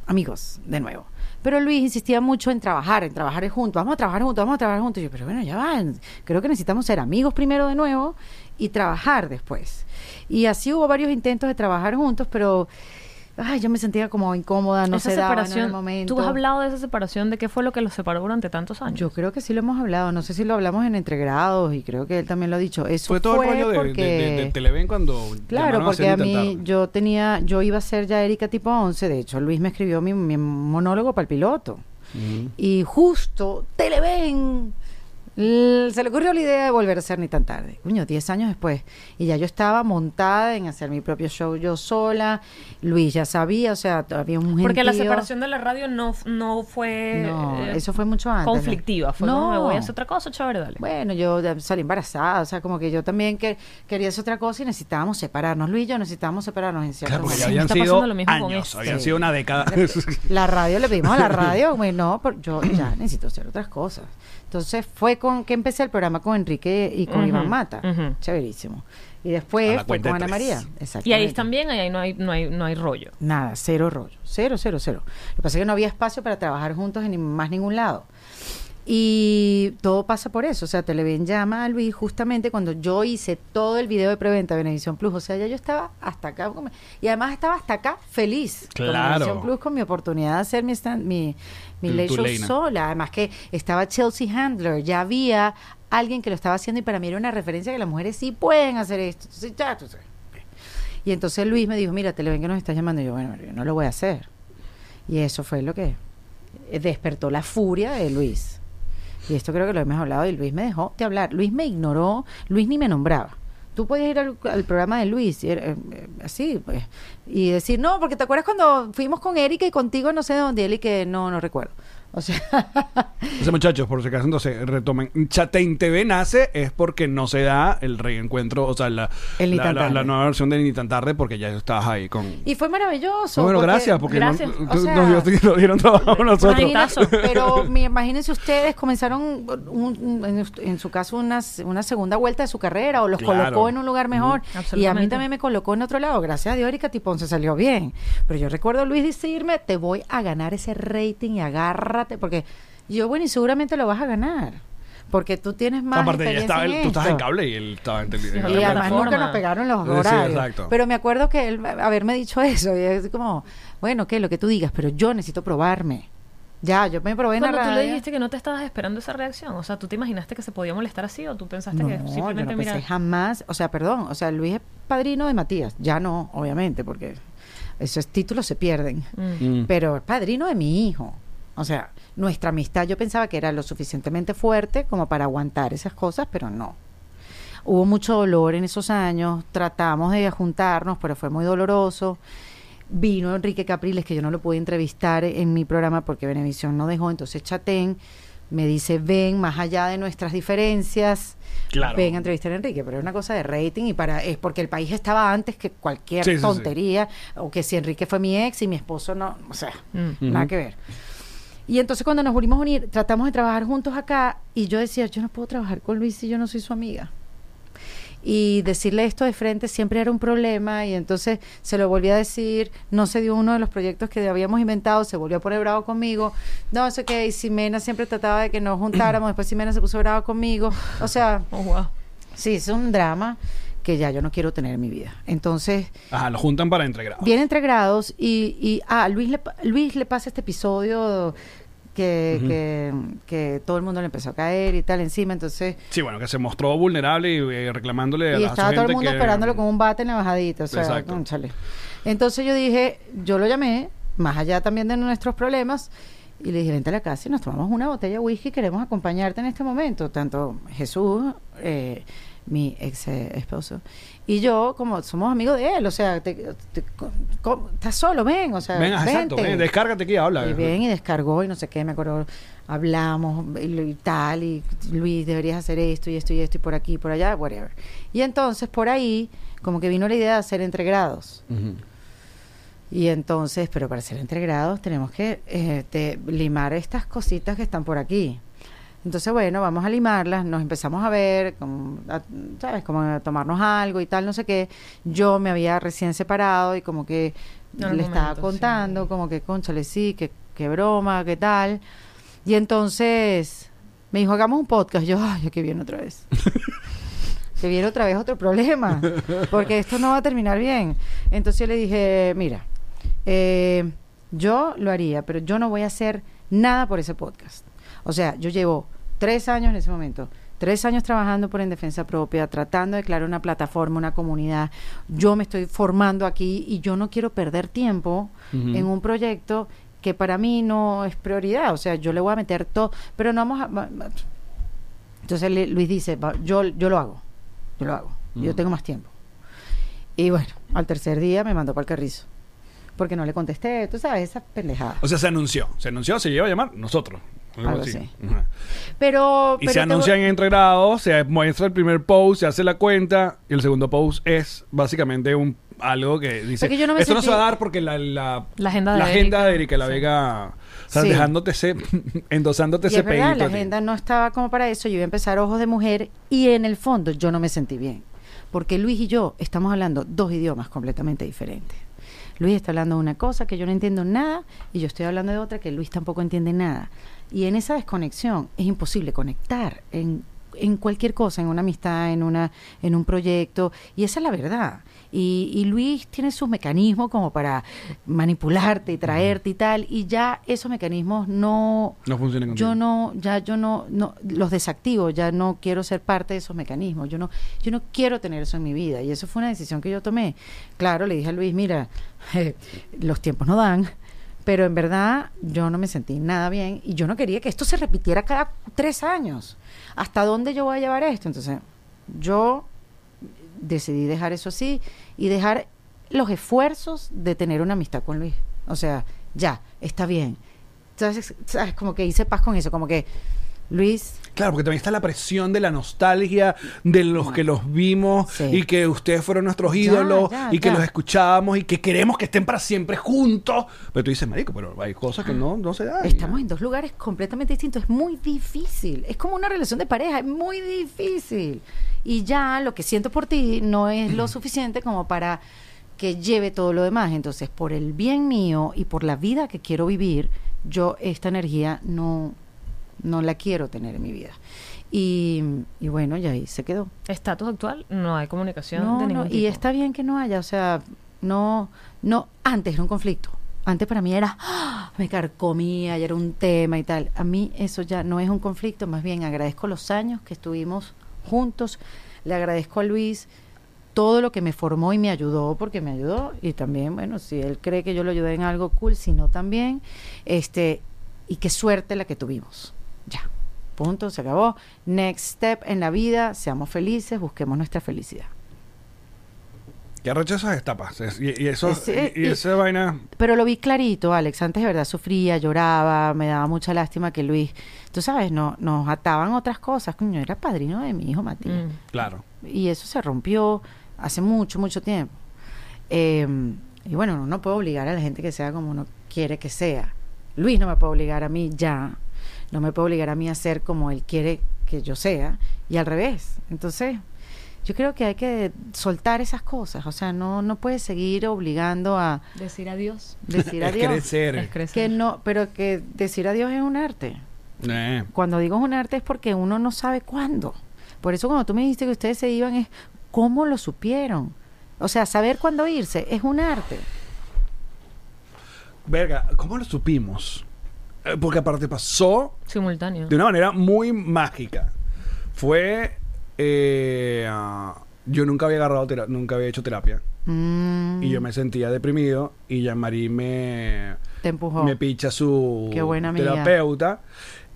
[SPEAKER 4] amigos de nuevo. Pero Luis insistía mucho en trabajar, en trabajar juntos, vamos a trabajar juntos, vamos a trabajar juntos. Y yo, pero bueno, ya va, creo que necesitamos ser amigos primero de nuevo y trabajar después. Y así hubo varios intentos de trabajar juntos, pero ay, yo me sentía como incómoda, no
[SPEAKER 2] esa
[SPEAKER 4] se daba no era el
[SPEAKER 2] separación,
[SPEAKER 4] momento.
[SPEAKER 2] tú has hablado de esa separación, de qué fue lo que los separó durante tantos años.
[SPEAKER 4] Yo creo que sí lo hemos hablado, no sé si lo hablamos en entregrados y creo que él también lo ha dicho. Eso
[SPEAKER 3] Fue todo el rollo de,
[SPEAKER 4] porque-
[SPEAKER 3] de- de- de Televen cuando
[SPEAKER 4] Claro,
[SPEAKER 3] llamaron
[SPEAKER 4] porque a
[SPEAKER 3] hacer
[SPEAKER 4] mí
[SPEAKER 3] intentar.
[SPEAKER 4] yo tenía, yo iba a ser ya Erika tipo 11, de hecho Luis me escribió mi, mi monólogo para el piloto
[SPEAKER 3] Ujú.
[SPEAKER 4] y justo Televen l- se le ocurrió la idea de volver a ser ni tan tarde, coño, 10 años después y ya yo estaba montada en hacer mi propio show yo sola, Luis ya sabía, o sea, había un
[SPEAKER 2] Porque la
[SPEAKER 4] gentío.
[SPEAKER 2] separación de la radio no, no fue...
[SPEAKER 4] No,
[SPEAKER 2] eh,
[SPEAKER 4] eso fue mucho antes.
[SPEAKER 2] Conflictiva. Fue
[SPEAKER 4] No.
[SPEAKER 2] como, me voy a hacer otra cosa, chévere, dale.
[SPEAKER 4] Bueno, yo ya salí embarazada, o sea, como que yo también que- quería hacer otra cosa y necesitábamos separarnos. Luis y yo necesitábamos separarnos en cierto
[SPEAKER 3] Claro, porque ya
[SPEAKER 4] momento.
[SPEAKER 2] me
[SPEAKER 3] habían
[SPEAKER 2] está pasando
[SPEAKER 3] sido
[SPEAKER 2] lo mismo con
[SPEAKER 3] años,
[SPEAKER 2] este.
[SPEAKER 3] habían sido una década.
[SPEAKER 4] La radio, le pedimos a la radio, como, no, por- yo ya necesito hacer otras cosas. Entonces fue con que empecé el programa con Enrique y con
[SPEAKER 2] Ujú,
[SPEAKER 4] Iván Mata.
[SPEAKER 2] ujú.
[SPEAKER 4] Chéverísimo. Y
[SPEAKER 3] A
[SPEAKER 4] después
[SPEAKER 3] la
[SPEAKER 4] fue
[SPEAKER 3] cuenta
[SPEAKER 4] con
[SPEAKER 3] de
[SPEAKER 4] Ana
[SPEAKER 3] tres.
[SPEAKER 4] María.
[SPEAKER 2] Y ahí
[SPEAKER 4] exactamente.
[SPEAKER 2] también, ahí no hay, no hay, no hay rollo.
[SPEAKER 4] Nada, cero rollo. Cero, cero, cero. Lo que pasa es que no había espacio para trabajar juntos en ni- más ningún lado. Y todo pasa por eso. O sea, Televen llama a Luis justamente cuando yo hice todo el video de preventa de Venevisión Plus. O sea, ya yo estaba hasta acá. con- Y además estaba hasta acá feliz. con
[SPEAKER 3] Claro.
[SPEAKER 4] Venevisión Plus con mi oportunidad de hacer mi, stand- mi, mi
[SPEAKER 3] Tu-
[SPEAKER 4] late
[SPEAKER 3] tu
[SPEAKER 4] show
[SPEAKER 3] Leina.
[SPEAKER 4] sola. Además que estaba Chelsea Handler. Ya había alguien que lo estaba haciendo y para mí era una referencia que las mujeres sí pueden hacer esto. Entonces, ya, tú sabes. Y entonces Luis me dijo, mira, Televen que nos estás llamando. Y yo, bueno, yo no lo voy a hacer. Y eso fue lo que eh, despertó la furia de Luis. Y esto creo que lo hemos hablado y Luis me dejó de hablar. Luis me ignoró, Luis ni me nombraba. Tú podías ir al, al programa de Luis, y era, eh, eh, así, pues, y decir, no, porque te acuerdas cuando fuimos con Erika y contigo no sé dónde, él y que no, no recuerdo. O sea,
[SPEAKER 3] Entonces, muchachos, por si acaso, entonces retomen. Chatein TV nace es porque no se da el reencuentro, o sea, la,
[SPEAKER 4] El Ni
[SPEAKER 3] la,
[SPEAKER 4] Tan
[SPEAKER 3] la- la
[SPEAKER 4] Tarde.
[SPEAKER 3] nueva versión de Ni Tan Tarde, porque ya estabas ahí con.
[SPEAKER 4] y fue maravilloso.
[SPEAKER 3] No, bueno, gracias, porque no-
[SPEAKER 2] gracias,
[SPEAKER 3] no-
[SPEAKER 4] o sea-
[SPEAKER 3] nos, dio- nos dieron trabajo a nosotros.
[SPEAKER 2] Imagina-
[SPEAKER 4] Imagínense- pero me- imagínense ustedes, comenzaron un- un- en, us- en su caso una, s- una segunda vuelta de su carrera o los
[SPEAKER 3] Claro.
[SPEAKER 4] colocó en un lugar mejor.
[SPEAKER 2] Ujú.
[SPEAKER 4] Y a mí
[SPEAKER 2] Absolutamente.
[SPEAKER 4] también me colocó en otro lado. Gracias a Dios, Erika Tipón se salió bien. Pero yo recuerdo a Luis decirme, te voy a ganar ese rating y agárrate, porque yo, bueno, y seguramente lo vas a ganar. Porque tú tienes más.
[SPEAKER 3] Aparte, ya
[SPEAKER 4] experiencia
[SPEAKER 3] estaba,
[SPEAKER 4] en
[SPEAKER 3] él- tú estabas
[SPEAKER 4] esto.
[SPEAKER 3] en cable y él estaba en tele- en
[SPEAKER 2] Sí,
[SPEAKER 4] Y
[SPEAKER 3] la
[SPEAKER 4] además nunca
[SPEAKER 2] plataforma.
[SPEAKER 4] nos pegaron los
[SPEAKER 3] Sí,
[SPEAKER 4] horarios.
[SPEAKER 3] exacto.
[SPEAKER 4] Pero me acuerdo que él haberme dicho eso. Y es como, bueno, que lo que tú digas, pero yo necesito probarme. Ya, yo me probé en la
[SPEAKER 2] Cuando tú le
[SPEAKER 4] radio.
[SPEAKER 2] dijiste que no te estabas esperando esa reacción, o sea, ¿tú te imaginaste que se podía molestar así o tú pensaste
[SPEAKER 4] No,
[SPEAKER 2] que
[SPEAKER 4] yo no
[SPEAKER 2] simplemente,
[SPEAKER 4] pensé
[SPEAKER 2] mira,
[SPEAKER 4] jamás. O sea, perdón. O sea, Luis es padrino de Matías. Ya no, obviamente, porque esos títulos se pierden.
[SPEAKER 2] mm,
[SPEAKER 3] Mm.
[SPEAKER 4] Pero es padrino de mi hijo. O sea, nuestra amistad yo pensaba que era lo suficientemente fuerte como para aguantar esas cosas, pero no. Hubo mucho dolor en esos años, tratamos de juntarnos, pero fue muy doloroso. Vino Enrique Capriles, que yo no lo pude entrevistar en mi programa porque Benevisión no dejó, entonces Chatén me dice, ven más allá de nuestras diferencias,
[SPEAKER 3] Claro.
[SPEAKER 4] ven a entrevistar a Enrique, pero es una cosa de rating y para es porque el país estaba antes que cualquier
[SPEAKER 3] Sí, sí, sí.
[SPEAKER 4] tontería, o que si Enrique fue mi ex y mi esposo no, o sea,
[SPEAKER 2] mm.
[SPEAKER 4] nada que ver. Y entonces cuando nos volvimos a unir, tratamos de trabajar juntos acá y yo decía, yo no puedo trabajar con Luis si yo no soy su amiga. y decirle esto de frente siempre era un problema y entonces se lo volví a decir, no se dio uno de los proyectos que habíamos inventado, se volvió a poner bravo conmigo, no sé qué, y Simena siempre trataba de que nos juntáramos, después Simena se puso brava conmigo, o sea,
[SPEAKER 2] Oh, wow.
[SPEAKER 4] sí, es un drama que ya yo no quiero tener en mi vida. Entonces,
[SPEAKER 3] Ajá, lo juntan para entregar.
[SPEAKER 4] Viene entre grados y, y ah, Luis le, pa- Luis le pasa este episodio que, que, que todo el mundo le empezó a caer y tal encima, entonces...
[SPEAKER 3] Sí, bueno, que se mostró vulnerable y eh, reclamándole a
[SPEAKER 4] Y
[SPEAKER 3] la- a su
[SPEAKER 4] estaba todo el
[SPEAKER 3] gente
[SPEAKER 4] mundo
[SPEAKER 3] que-
[SPEAKER 4] esperándolo con un bate en la bajadita, o sea,
[SPEAKER 3] Exacto.
[SPEAKER 4] cónchale. Entonces yo dije, yo lo llamé, más allá también de nuestros problemas, y le dije, vente a la casa y nos tomamos una botella de whisky, queremos acompañarte en este momento, tanto Jesús, eh, mi ex eh, esposo, y yo, como somos amigos de él, o sea, te- te- co- co- estás solo, ven, o sea,
[SPEAKER 3] Ven, ajá, exacto,
[SPEAKER 4] vente.
[SPEAKER 3] ven, descárgate aquí, habla.
[SPEAKER 4] Y bien, y descargó y no sé qué, me acuerdo, hablamos y, lo- y tal, y Luis, deberías hacer esto y esto y esto y por aquí, y por allá, whatever. Y entonces por ahí, como que vino la idea de hacer entregrados.
[SPEAKER 3] Ujú.
[SPEAKER 4] Y entonces, pero para ser entregrados tenemos que este, limar estas cositas que están por aquí. Entonces, bueno, vamos a limarlas, nos empezamos a ver, como, a- ¿sabes? Como a tomarnos algo y tal, no sé qué. Yo me había recién separado y como que
[SPEAKER 2] No era
[SPEAKER 4] le
[SPEAKER 2] el
[SPEAKER 4] estaba
[SPEAKER 2] momento,
[SPEAKER 4] contando,
[SPEAKER 2] sí.
[SPEAKER 4] como que, conchale, sí, que, que broma, qué tal. Y entonces me dijo, hagamos un podcast. Yo, ay, que viene otra vez. que viene otra vez otro problema, porque esto no va a terminar bien. Entonces yo le dije, mira, eh, yo lo haría, pero yo no voy a hacer nada por ese podcast. O sea, yo llevo tres años en ese momento. Tres años trabajando por En Defensa Propia, tratando de crear una plataforma, una comunidad. Yo me estoy formando aquí y yo no quiero perder tiempo
[SPEAKER 3] Ujú.
[SPEAKER 4] en un proyecto que para mí no es prioridad. O sea, yo le voy a meter todo, pero no vamos a... va- va- Entonces le- Luis dice, va, yo, yo lo hago, yo lo hago, yo
[SPEAKER 3] Ujú.
[SPEAKER 4] tengo más tiempo. Y bueno, al tercer día me mandó para el carrizo, porque no le contesté, tú sabes, esa pendejada.
[SPEAKER 3] O sea, se anunció. Se anunció, se lleva a llamar nosotros. Algo
[SPEAKER 4] Algo
[SPEAKER 3] así.
[SPEAKER 4] así.
[SPEAKER 3] Ajá.
[SPEAKER 4] Pero...
[SPEAKER 3] Y
[SPEAKER 4] pero
[SPEAKER 3] se
[SPEAKER 4] te
[SPEAKER 3] anuncian
[SPEAKER 4] voy-
[SPEAKER 3] en entregrado, se muestra el primer post, se hace la cuenta y el segundo post es básicamente un algo que dice
[SPEAKER 4] Porque yo no me
[SPEAKER 3] esto no se
[SPEAKER 4] sentí-
[SPEAKER 3] va a dar porque la, la,
[SPEAKER 2] La agenda de
[SPEAKER 3] agenda
[SPEAKER 2] Erika".
[SPEAKER 3] de Erika la
[SPEAKER 2] Sí.
[SPEAKER 3] Vega o sea,
[SPEAKER 4] Sí.
[SPEAKER 3] dejándote ese endosándote
[SPEAKER 4] Y
[SPEAKER 3] ese
[SPEAKER 4] es verdad,
[SPEAKER 3] pedito
[SPEAKER 4] la
[SPEAKER 3] a ti.
[SPEAKER 4] agenda no estaba como para eso, yo iba a empezar Ojos de Mujer y en el fondo yo no me sentí bien, porque Luis y yo estamos hablando dos idiomas completamente diferentes. Luis está hablando de una cosa que yo no entiendo nada y yo estoy hablando de otra que Luis tampoco entiende nada. Y en esa desconexión es imposible conectar en, en cualquier cosa, en una amistad, en, una, en un proyecto. Y esa es la verdad. Y, y Luis tiene sus mecanismos como para manipularte y traerte y tal. Y ya esos mecanismos no,
[SPEAKER 3] No funciona contigo.
[SPEAKER 4] yo no, ya yo no, no, los desactivo, ya no quiero ser parte de esos mecanismos, yo no, yo no quiero tener eso en mi vida y eso fue una decisión que yo tomé. Claro, le dije a Luis, mira, los tiempos no dan, pero en verdad yo no me sentí nada bien y yo no quería que esto se repitiera cada tres años. ¿Hasta dónde yo voy a llevar esto? Entonces, yo decidí dejar eso así y dejar los esfuerzos de tener una amistad con Luis. O sea, ya, está bien. Entonces, ¿sabes? Como que hice paz con eso, como que Luis,
[SPEAKER 3] Claro, porque también está la presión de la nostalgia de los que los vimos
[SPEAKER 4] Sí.
[SPEAKER 3] y que ustedes fueron nuestros
[SPEAKER 4] Ya,
[SPEAKER 3] ídolos
[SPEAKER 4] ya,
[SPEAKER 3] y que
[SPEAKER 4] ya.
[SPEAKER 3] los escuchábamos y que queremos que estén para siempre juntos. Pero tú dices, marico, pero hay cosas que no, no se dan.
[SPEAKER 4] Ah. estamos en dos lugares completamente distintos, es muy difícil, es como una relación de pareja, es muy difícil. Y ya lo que siento por ti no es lo suficiente como para que lleve todo lo demás. Entonces, por el bien mío y por la vida que quiero vivir, yo esta energía no, no la quiero tener en mi vida. Y, y bueno, y ahí se quedó.
[SPEAKER 2] Estatus actual, no hay comunicación
[SPEAKER 4] No,
[SPEAKER 2] de
[SPEAKER 4] no,
[SPEAKER 2] ningún tipo.
[SPEAKER 4] y está bien que no haya, o sea, no, no, antes era un conflicto. Antes para mí era, ¡ah! me carcomía y era un tema y tal. A mí eso ya no es un conflicto, más bien agradezco los años que estuvimos juntos, le agradezco a Luis todo lo que me formó y me ayudó, porque me ayudó, y también, bueno, si él cree que yo lo ayudé en algo cool, si no también, este, y qué suerte la que tuvimos. Ya, punto, se acabó. Next step en la vida, seamos felices, busquemos nuestra felicidad.
[SPEAKER 3] Que arrecho esas etapas. Es- Y, y eso,
[SPEAKER 4] Sí,
[SPEAKER 3] y, y
[SPEAKER 4] y-
[SPEAKER 3] esa vaina.
[SPEAKER 4] Pero lo vi clarito, Alex. Antes de verdad sufría, lloraba, me daba mucha lástima que Luis, tú sabes, no, nos ataban otras cosas. Coño, era padrino de mi hijo Matías.
[SPEAKER 2] Mm.
[SPEAKER 3] Claro.
[SPEAKER 4] Y eso se rompió hace mucho, mucho tiempo. Eh, y bueno, uno no puede obligar a la gente que sea como uno quiere que sea. Luis no me puede obligar a mí ya. No me puede obligar a mí a ser como él quiere que yo sea. Y al revés. Entonces, yo creo que hay que soltar esas cosas, o sea, no, no puedes seguir obligando a
[SPEAKER 2] Decir adiós.
[SPEAKER 4] decir
[SPEAKER 3] es
[SPEAKER 4] adiós.
[SPEAKER 3] crecer.
[SPEAKER 2] Es
[SPEAKER 4] Que
[SPEAKER 2] crecer.
[SPEAKER 4] no, pero que decir adiós es un arte.
[SPEAKER 3] Eh.
[SPEAKER 4] Cuando digo es un arte es porque uno no sabe cuándo. Por eso cuando tú me dijiste que ustedes se iban es cómo lo supieron. O sea, saber cuándo irse es un arte.
[SPEAKER 3] Verga, ¿cómo lo supimos? Eh, Porque aparte pasó
[SPEAKER 2] Simultáneo.
[SPEAKER 3] de una manera muy mágica. Fue. eh, ah, yo nunca había agarrado tera- nunca había hecho terapia.
[SPEAKER 4] Mm,
[SPEAKER 3] Y yo me sentía deprimido. Y Jean-Marie me,
[SPEAKER 4] te empujó.
[SPEAKER 3] me picha su
[SPEAKER 4] Oh, Qué buena amiga.
[SPEAKER 3] terapeuta.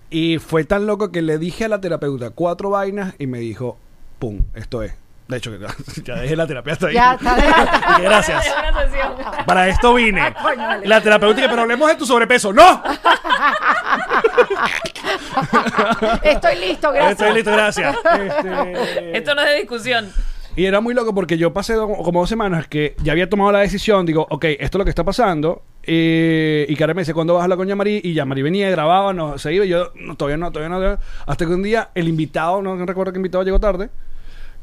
[SPEAKER 3] Y fue tan loco que le dije a la terapeuta cuatro vainas y me dijo: Pum, esto es. De hecho, ya dejé la terapia hasta ahí.
[SPEAKER 4] Ya, está de alta.
[SPEAKER 3] Dije, Gracias. Para esto vine.
[SPEAKER 4] coño, vale.
[SPEAKER 3] La terapéutica, pero hablemos de tu sobrepeso. ¡No!
[SPEAKER 4] Estoy listo, gracias.
[SPEAKER 3] Estoy listo, gracias. Este,
[SPEAKER 2] Esto no es de discusión.
[SPEAKER 3] Y era muy loco porque yo pasé do- como dos semanas que ya había tomado la decisión. Digo, ok, esto es lo que está pasando. eh, y Karen me dice, ¿cuándo vas a hablar con Yamari? Y Yamari venía, grababa, no, se iba. Y yo, no, todavía no, todavía no. todavía no. Hasta que un día el invitado, no, no recuerdo qué invitado llegó tarde,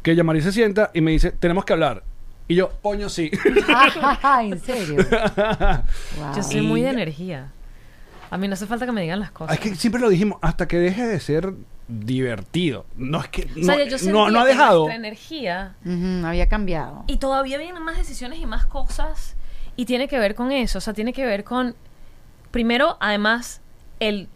[SPEAKER 3] que Yamari se sienta y me dice, tenemos que hablar. Y yo, coño, sí.
[SPEAKER 4] Ajá, en serio. Wow.
[SPEAKER 2] Yo soy muy de energía. A mí no hace falta que me digan las
[SPEAKER 3] Ah,
[SPEAKER 2] cosas.
[SPEAKER 3] Es que siempre lo dijimos, hasta que deje de ser divertido. No es que
[SPEAKER 2] O sea,
[SPEAKER 3] no, eh,
[SPEAKER 2] yo
[SPEAKER 3] no-
[SPEAKER 2] sentía
[SPEAKER 3] no ha
[SPEAKER 2] que
[SPEAKER 3] dejado.
[SPEAKER 2] nuestra energía
[SPEAKER 4] Ujú, había cambiado.
[SPEAKER 2] Y todavía vienen más decisiones y más cosas. Y tiene que ver con eso. O sea, tiene que ver con. Primero, además, el